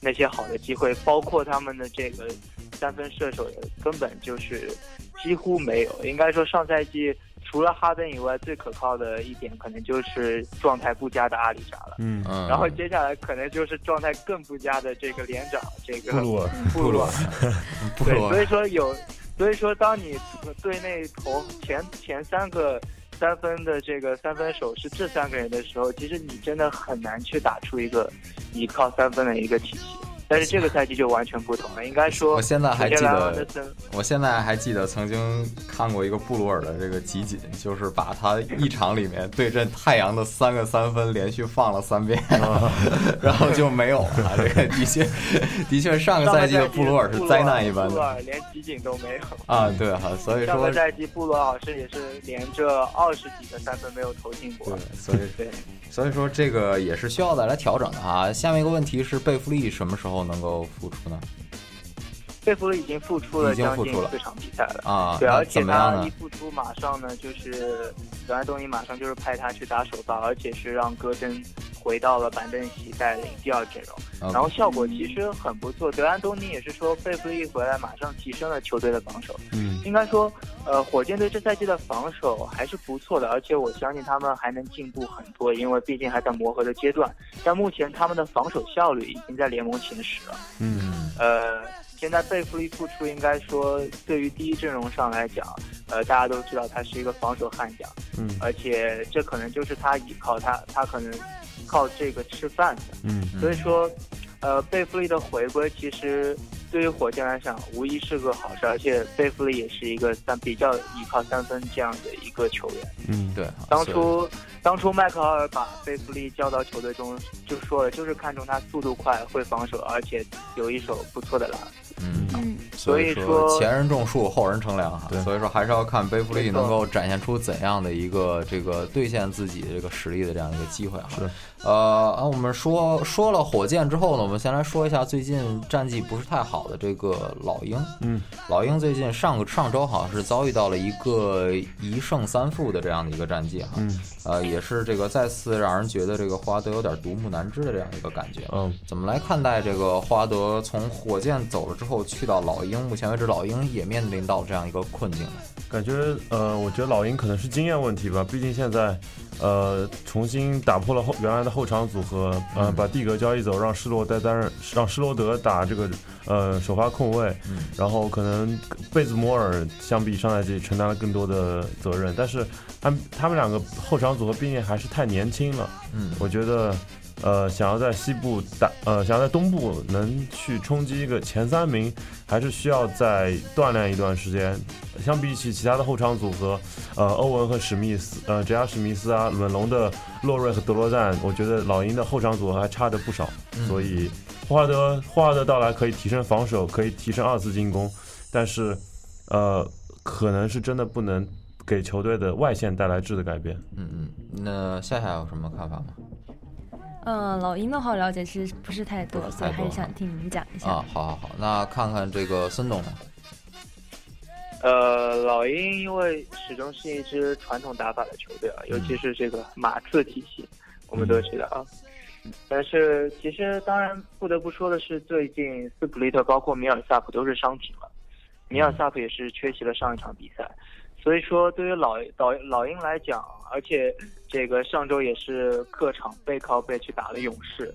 Speaker 10: 那些好的机会，包括他们的这个三分射手也根本就是几乎没有。应该说上赛季除了哈登以外，最可靠的一点可能就是状态不佳的阿里扎了。
Speaker 5: 嗯，
Speaker 1: 嗯，
Speaker 10: 然后接下来可能就是状态更不佳的这个连长，这个
Speaker 5: 布鲁尔，
Speaker 10: 布鲁尔，
Speaker 1: 嗯布
Speaker 10: 对，
Speaker 1: 鲁
Speaker 10: 所以说有，所以说当你队内投前前三个三分的这个三分手是这三个人的时候，其实你真的很难去打出一个依靠三分的一个体系。但是这个赛季就完全不同了，应该说
Speaker 1: 我现在还记得
Speaker 10: Kevin Anderson，
Speaker 1: 我现在还记得曾经看过一个布鲁尔的这个集锦，就是把他一场里面对阵太阳的三个三分连续放了三 遍，
Speaker 10: 哦
Speaker 1: 然后就没有了。这个的确，的确上个赛季的布鲁尔是灾难一般
Speaker 10: 布鲁
Speaker 1: 的
Speaker 10: 尔连集锦都没有。
Speaker 1: 啊，对哈、所以
Speaker 10: 上
Speaker 1: 说
Speaker 10: 个，赛季布鲁尔好像也是连着二十几个三分没有投进过。
Speaker 1: 所以
Speaker 10: 对，
Speaker 1: 所以说这个也是需要再来调整的啊。下面一个问题是贝弗利什么时候能够复出呢？
Speaker 10: 贝弗利已经复出了
Speaker 1: 已经
Speaker 10: 将
Speaker 1: 复
Speaker 10: 近
Speaker 1: 出了
Speaker 10: 四场比赛了。
Speaker 1: 啊，
Speaker 10: 对，
Speaker 1: 那
Speaker 10: 而且
Speaker 1: 怎么样
Speaker 10: 他一
Speaker 1: 呢？
Speaker 10: 复出，马上呢就是德安东尼马上就是派他去打首发，而且是让戈登回到了板凳席带领第二阵容，
Speaker 1: 嗯
Speaker 10: 然后效果其实很不错。德安东尼也是说，贝弗利回来马上提升了球队的防守。
Speaker 5: 嗯，
Speaker 10: 应该说，呃，火箭队这赛季的防守还是不错的，而且我相信他们还能进步很多，因为毕竟还在磨合的阶段。但目前他们的防守效率已经在联盟前十了。
Speaker 1: 嗯，
Speaker 10: 呃，现在贝弗利复出，应该说对于第一阵容上来讲，呃，大家都知道他是一个防守悍将，
Speaker 5: 嗯
Speaker 10: 而且这可能就是他依靠他，他可能靠这个吃饭的。
Speaker 5: 嗯
Speaker 10: 所以说，呃，贝弗利的回归其实对于火箭来讲，无疑是个好事，而且贝弗利也是一个三比较依靠三分这样的一个球员。
Speaker 5: 嗯，
Speaker 1: 对，
Speaker 10: 当
Speaker 1: 所以
Speaker 10: 初当初麦克阿尔把贝弗利叫到球队中，就说了，就是看中他速度快、会防守，而且有一手不错的篮。
Speaker 1: 嗯。
Speaker 3: 嗯，
Speaker 1: 所以
Speaker 10: 所以
Speaker 1: 说
Speaker 10: 说
Speaker 1: 前人种树，后人乘凉哈。
Speaker 5: 对
Speaker 1: 所以说还是要看贝弗利
Speaker 10: 没错
Speaker 1: 能够展现出怎样的一个这个兑现自己这个实力的这样一个机会哈。
Speaker 5: 是，
Speaker 1: 呃，啊，我们说说了火箭之后呢，我们先来说一下最近战绩不是太好的这个老鹰。
Speaker 5: 嗯，
Speaker 1: 老鹰最近上个上周好像是遭遇到了一个一胜三负的这样的一个战绩哈。
Speaker 5: 嗯，
Speaker 1: 呃，也是这个再次让人觉得这个花德有点独木难支的这样一个感觉。
Speaker 5: 嗯，
Speaker 1: 怎么来看待这个花德从火箭走了之后去到老鹰？目前为止，老鹰也面临到这样一个困境呢。
Speaker 5: 感觉呃，我觉得老鹰可能是经验问题吧，毕竟现在呃重新打破了后原来的后场组合，呃，
Speaker 1: 嗯
Speaker 5: 把蒂格交易走，让施罗德担任，让施罗德打这个呃首发控卫，
Speaker 1: 嗯
Speaker 5: 然后可能贝兹摩尔相比上赛季承担了更多的责任，但是他们他们两个后场组合毕竟还是太年轻了，
Speaker 1: 嗯，
Speaker 5: 我觉得。呃，想要在西部打，呃，想要在东部能去冲击一个前三名，还是需要再锻炼一段时间。相比起其他的后场组合，呃，欧文和史密斯，呃，杰拉史密斯啊，冷龙的洛瑞和德罗赞，我觉得老鹰的后场组合还差着不少。所以霍华德霍华德到来可以提升防守，可以提升二次进攻，但是，呃，可能是真的不能给球队的外线带来质的改变。
Speaker 1: 嗯嗯，那夏夏有什么看法吗？
Speaker 3: 嗯，老鹰的话了解其实不是太多，所以还是想听你们讲一下。
Speaker 1: 啊，好好好，那看看这个孙总呢。
Speaker 10: 呃，老鹰因为始终是一支传统打法的球队啊，尤其是这个马刺体系，我们都知道啊。但是其实当然不得不说的是，最近斯普利特包括米尔萨普都是伤停了，米尔萨普也是缺席了上一场比赛，所以说对于老老老鹰来讲，而且这个上周也是客场背靠背去打了勇士。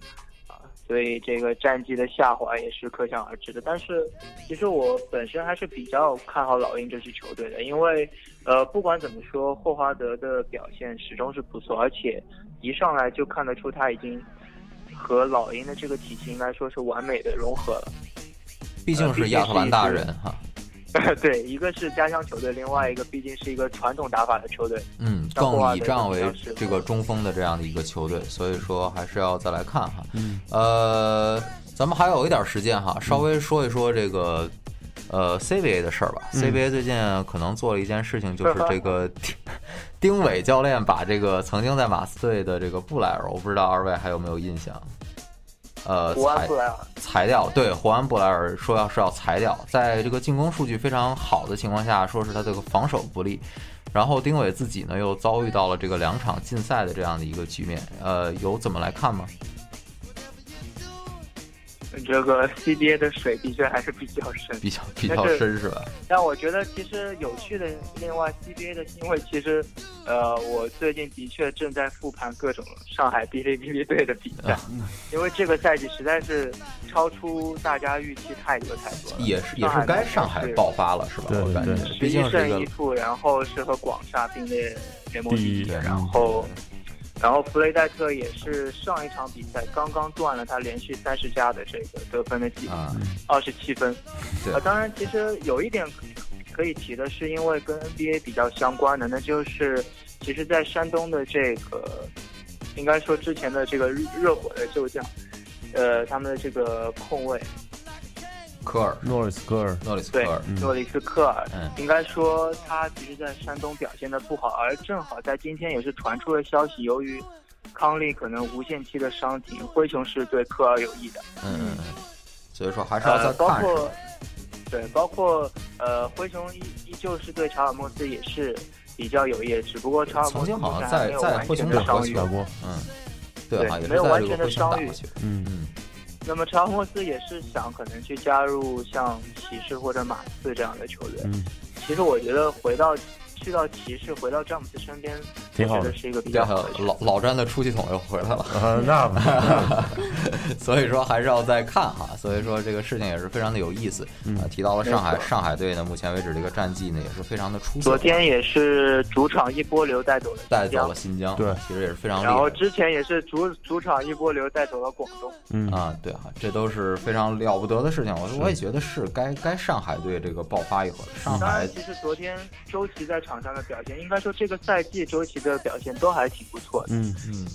Speaker 10: 啊，所以这个战绩的下滑也是可想而知的。但是，其实我本身还是比较看好老鹰这支球队的，因为呃，不管怎么说，霍华德的表现始终是不错，而且一上来就看得出他已经和老鹰的这个体系应该说是完美的融合了。
Speaker 1: 毕竟是亚特兰大人哈，
Speaker 10: 对，一个是家乡球队，另外一个毕竟是一个传统打法的球队。
Speaker 1: 嗯，
Speaker 10: 像霍
Speaker 1: 更
Speaker 10: 华
Speaker 1: 倚
Speaker 10: 德
Speaker 1: 仗为
Speaker 10: 比较适合
Speaker 1: 这个中锋的这样的一个球队，所以说还是要再来看哈。
Speaker 5: 嗯，
Speaker 1: 呃，咱们还有一点时间哈，稍微说一说这个。呃，CBA 的事儿吧、
Speaker 5: 嗯
Speaker 1: c b a 最近可能做了一件事情，就是 这个丁丁伟教练把这个曾经在马刺队的这个布莱尔，我不知道二位还有没有印象？呃，
Speaker 10: 胡安啊
Speaker 1: 裁
Speaker 10: 布莱尔，
Speaker 1: 裁掉，对，胡安布莱尔说要是要裁掉，在这个进攻数据非常好的情况下，说是他这个防守不利，然后丁伟自己呢又遭遇到了这个两场禁赛的这样的一个局面，呃，有怎么来看吗？
Speaker 10: 这个 CBA 的水的确还是比较 深。
Speaker 1: 比较比较深是吧？
Speaker 10: 但我觉得其实有趣的，另外 CBA 的，因为其实，呃，我最近的确正在复盘各种上海哔哩哔哩队的比
Speaker 1: 啊
Speaker 10: 赛，
Speaker 1: 嗯
Speaker 10: 因为这个赛季实在是超出大家预期太多太多了。
Speaker 1: 也是也是该上海爆发了是吧？
Speaker 5: 对
Speaker 1: 我感觉
Speaker 5: 对，
Speaker 1: 毕
Speaker 10: 嗯十一
Speaker 1: 竟是一
Speaker 10: 胜
Speaker 1: 个
Speaker 10: 一负，然后是和广厦并列联盟第
Speaker 5: 第一
Speaker 10: 一，然后然后弗雷戴特也是上一场比赛刚刚断了他连续三十加的这个得分的记录，
Speaker 1: 嗯
Speaker 10: 二十七分。
Speaker 1: 啊对
Speaker 10: 啊，当然其实有一点可可以提的是，因为跟 NBA 比较相关的，那就是其实，在山东的这个，应该说之前的这个热热火的旧将，呃，他们的这个控卫，
Speaker 1: 科尔，
Speaker 5: 诺里斯科尔，
Speaker 1: 诺里斯科
Speaker 10: 对
Speaker 1: 尔，，嗯
Speaker 10: 诺里斯科尔，
Speaker 1: 嗯
Speaker 10: 应该说他其实，在山东表现的不好，而正好在今天也是传出了消息，由于康利可能无限期的伤停，灰熊是对科尔有益的，
Speaker 1: 嗯嗯嗯，所以说还是要
Speaker 10: 呃，
Speaker 1: 再
Speaker 10: 包
Speaker 1: 看
Speaker 10: 括对，包括呃，灰熊依依旧是对查尔莫斯也是比较有益，只不过查尔
Speaker 1: 曾
Speaker 10: 莫斯
Speaker 1: 经好像
Speaker 10: 目前还
Speaker 1: 在
Speaker 10: 没有
Speaker 1: 在
Speaker 10: 完
Speaker 1: 灰
Speaker 10: 全
Speaker 1: 熊
Speaker 10: 的
Speaker 1: 打过
Speaker 10: 伤愈
Speaker 1: 球，，嗯，对，好像也是在这个灰熊打过球，
Speaker 5: 嗯
Speaker 1: 嗯
Speaker 10: 那么查尔莫斯也是想可能去加入像骑士或者马刺这样的球队。
Speaker 5: 嗯，
Speaker 10: 其实我觉得回到去到骑士，回到詹姆斯身边，
Speaker 5: 挺好
Speaker 10: 我
Speaker 5: 的
Speaker 10: 觉得是一个比
Speaker 1: 对
Speaker 10: 较
Speaker 1: 啊，
Speaker 10: 好的选择。
Speaker 1: 老老詹的出气筒又回来了。
Speaker 5: 呃，那不
Speaker 1: 所以说还是要再看哈，所以说这个事情也是非常的有意思。
Speaker 5: 嗯
Speaker 1: 呃提到了上海
Speaker 10: 没错
Speaker 1: 上海队呢，目前为止这个战绩呢也是非常的出色，
Speaker 10: 昨天也是主场一波流带走了
Speaker 1: 带
Speaker 10: 新
Speaker 1: 走
Speaker 10: 疆
Speaker 1: 了，新疆，
Speaker 5: 对
Speaker 1: 其实也是非常厉
Speaker 10: 然后
Speaker 1: 害
Speaker 10: 之前也是主主场一波流带走了广东。
Speaker 5: 嗯
Speaker 1: 的啊，对哈、这都是非常了不得的事情。我我也觉得是该该上海队这个爆发一会儿，
Speaker 5: 嗯
Speaker 1: 上
Speaker 10: 当
Speaker 1: 海
Speaker 10: 然，其实昨天周琦在场上的表现，应该说这个赛季周琦的表现都还挺不错的。
Speaker 5: 嗯
Speaker 1: 嗯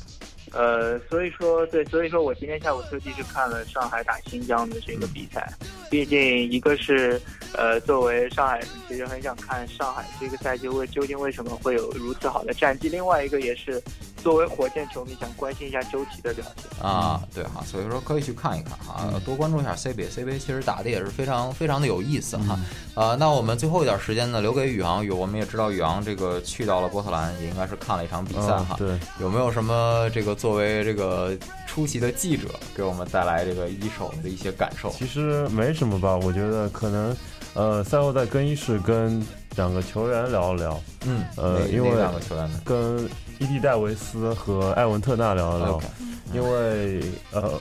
Speaker 10: 呃，所以说对，所以说我今天下午特地去看了上海打新疆的这个比赛，毕竟一个是呃，作为上海人，其实很想看上海这个赛季为究竟为什么会有如此好的战绩，另外一个也是作为火箭球迷想关心一下周琦的表现。
Speaker 1: 啊，
Speaker 5: 嗯
Speaker 1: 对哈、所以说可以去看一看哈、多关注一下 CBA，CBA 其实打的也是非常非常的有意思哈、
Speaker 5: 嗯
Speaker 1: 呃，那我们最后一点时间呢留给宇昂，宇我们也知道宇昂这个去到了波特兰，也应该是看了一场比赛哈、
Speaker 5: 嗯对，
Speaker 1: 有没有什么这个作为这个出席的记者给我们带来这个一手的一些感受？
Speaker 5: 其实没什么吧，我觉得可能，呃，赛后在更衣室跟两个球员聊一聊，
Speaker 1: 嗯，
Speaker 5: 呃
Speaker 1: 哪
Speaker 5: 因为
Speaker 1: 哪两个球员呢？
Speaker 5: 跟伊蒂戴维斯和艾文特纳聊一聊
Speaker 1: OK
Speaker 5: 因为呃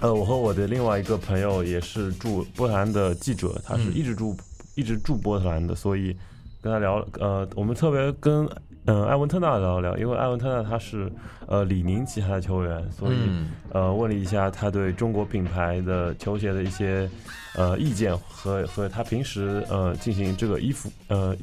Speaker 5: 呃，我和我的另外一个朋友也是驻波特兰的记者，他是
Speaker 1: 嗯
Speaker 5: 一直驻、一直驻波特兰的，所以跟他聊呃，我们特别跟嗯、呃艾文特纳聊一聊，因为艾文特纳他是呃李宁旗下的球员，所以、
Speaker 1: 嗯
Speaker 5: 呃问了一下他对中国品牌的球鞋的一些呃意见和和他平时呃进行这个衣服呃。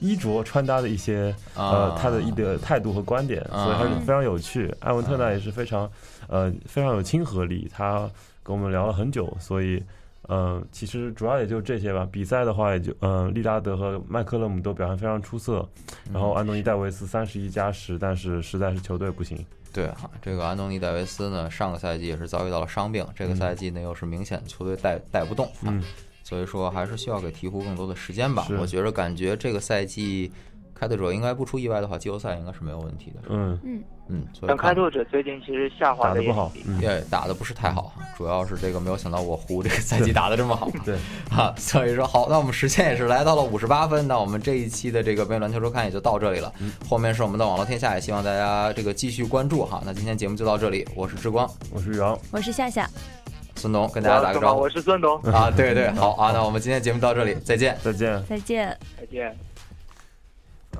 Speaker 5: 衣着穿搭的一些
Speaker 1: 啊
Speaker 5: 呃，他的一的态度和观点，所以还是非常有趣。艾文特纳也是非常呃非常有亲和力，他跟我们聊了很久，所以嗯、呃其实主要也就这些吧。比赛的话，也就嗯、呃利拉德和麦克勒姆都表现非常出色，然后安东尼戴维斯三十一加十，但是实在是球队不行。
Speaker 1: 对哈、这个安东尼戴维斯呢，上个赛季也是遭遇到了伤病，这个赛季呢又是明显球队带带不动、啊，
Speaker 5: 嗯
Speaker 1: 所以说还是需要给鹈鹕更多的时间吧
Speaker 5: 是。
Speaker 1: 我觉着感觉这个赛季开拓者应该不出意外的话，季后赛应该是没有问题的。
Speaker 5: 嗯，
Speaker 1: 嗯，所以
Speaker 10: 但
Speaker 1: 看
Speaker 10: 开拓者最近其实下滑
Speaker 5: 打得
Speaker 10: 的也
Speaker 5: 不好
Speaker 10: 挺。
Speaker 5: 嗯，
Speaker 1: 也打的不是太好，主要是这个没有想到我胡这个赛季打的这么好，
Speaker 5: 对
Speaker 1: 啊，所以说好，那我们时间也是来到了五十八分，那我们这一期的这个《杯篮球周刊》也就到这里了，
Speaker 5: 嗯
Speaker 1: 后面是我们的网络天下，也希望大家这个继续关注哈。那今天节目就到这里，我是志光，
Speaker 5: 我是杨，
Speaker 3: 我是夏夏，
Speaker 1: 孙东跟
Speaker 10: 我
Speaker 1: 大家打个
Speaker 10: 要说
Speaker 1: 招
Speaker 10: 吗？
Speaker 1: 呼
Speaker 10: 我是孙董，
Speaker 1: 啊，对对，好啊，那我们今天节目到这里，再见。
Speaker 5: 再见。
Speaker 3: 再见。
Speaker 10: 再见。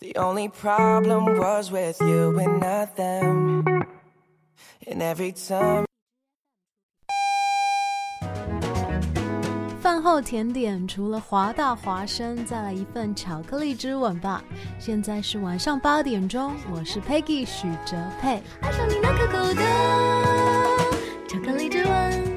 Speaker 2: the only problem was with you and not them. And every time.
Speaker 3: 饭后甜点除了华大华生，再来一份巧克力之吻吧。现在是晚上八点钟，我是 Peggy 许哲佩。
Speaker 11: 爱上你那可口的巧克力之吻。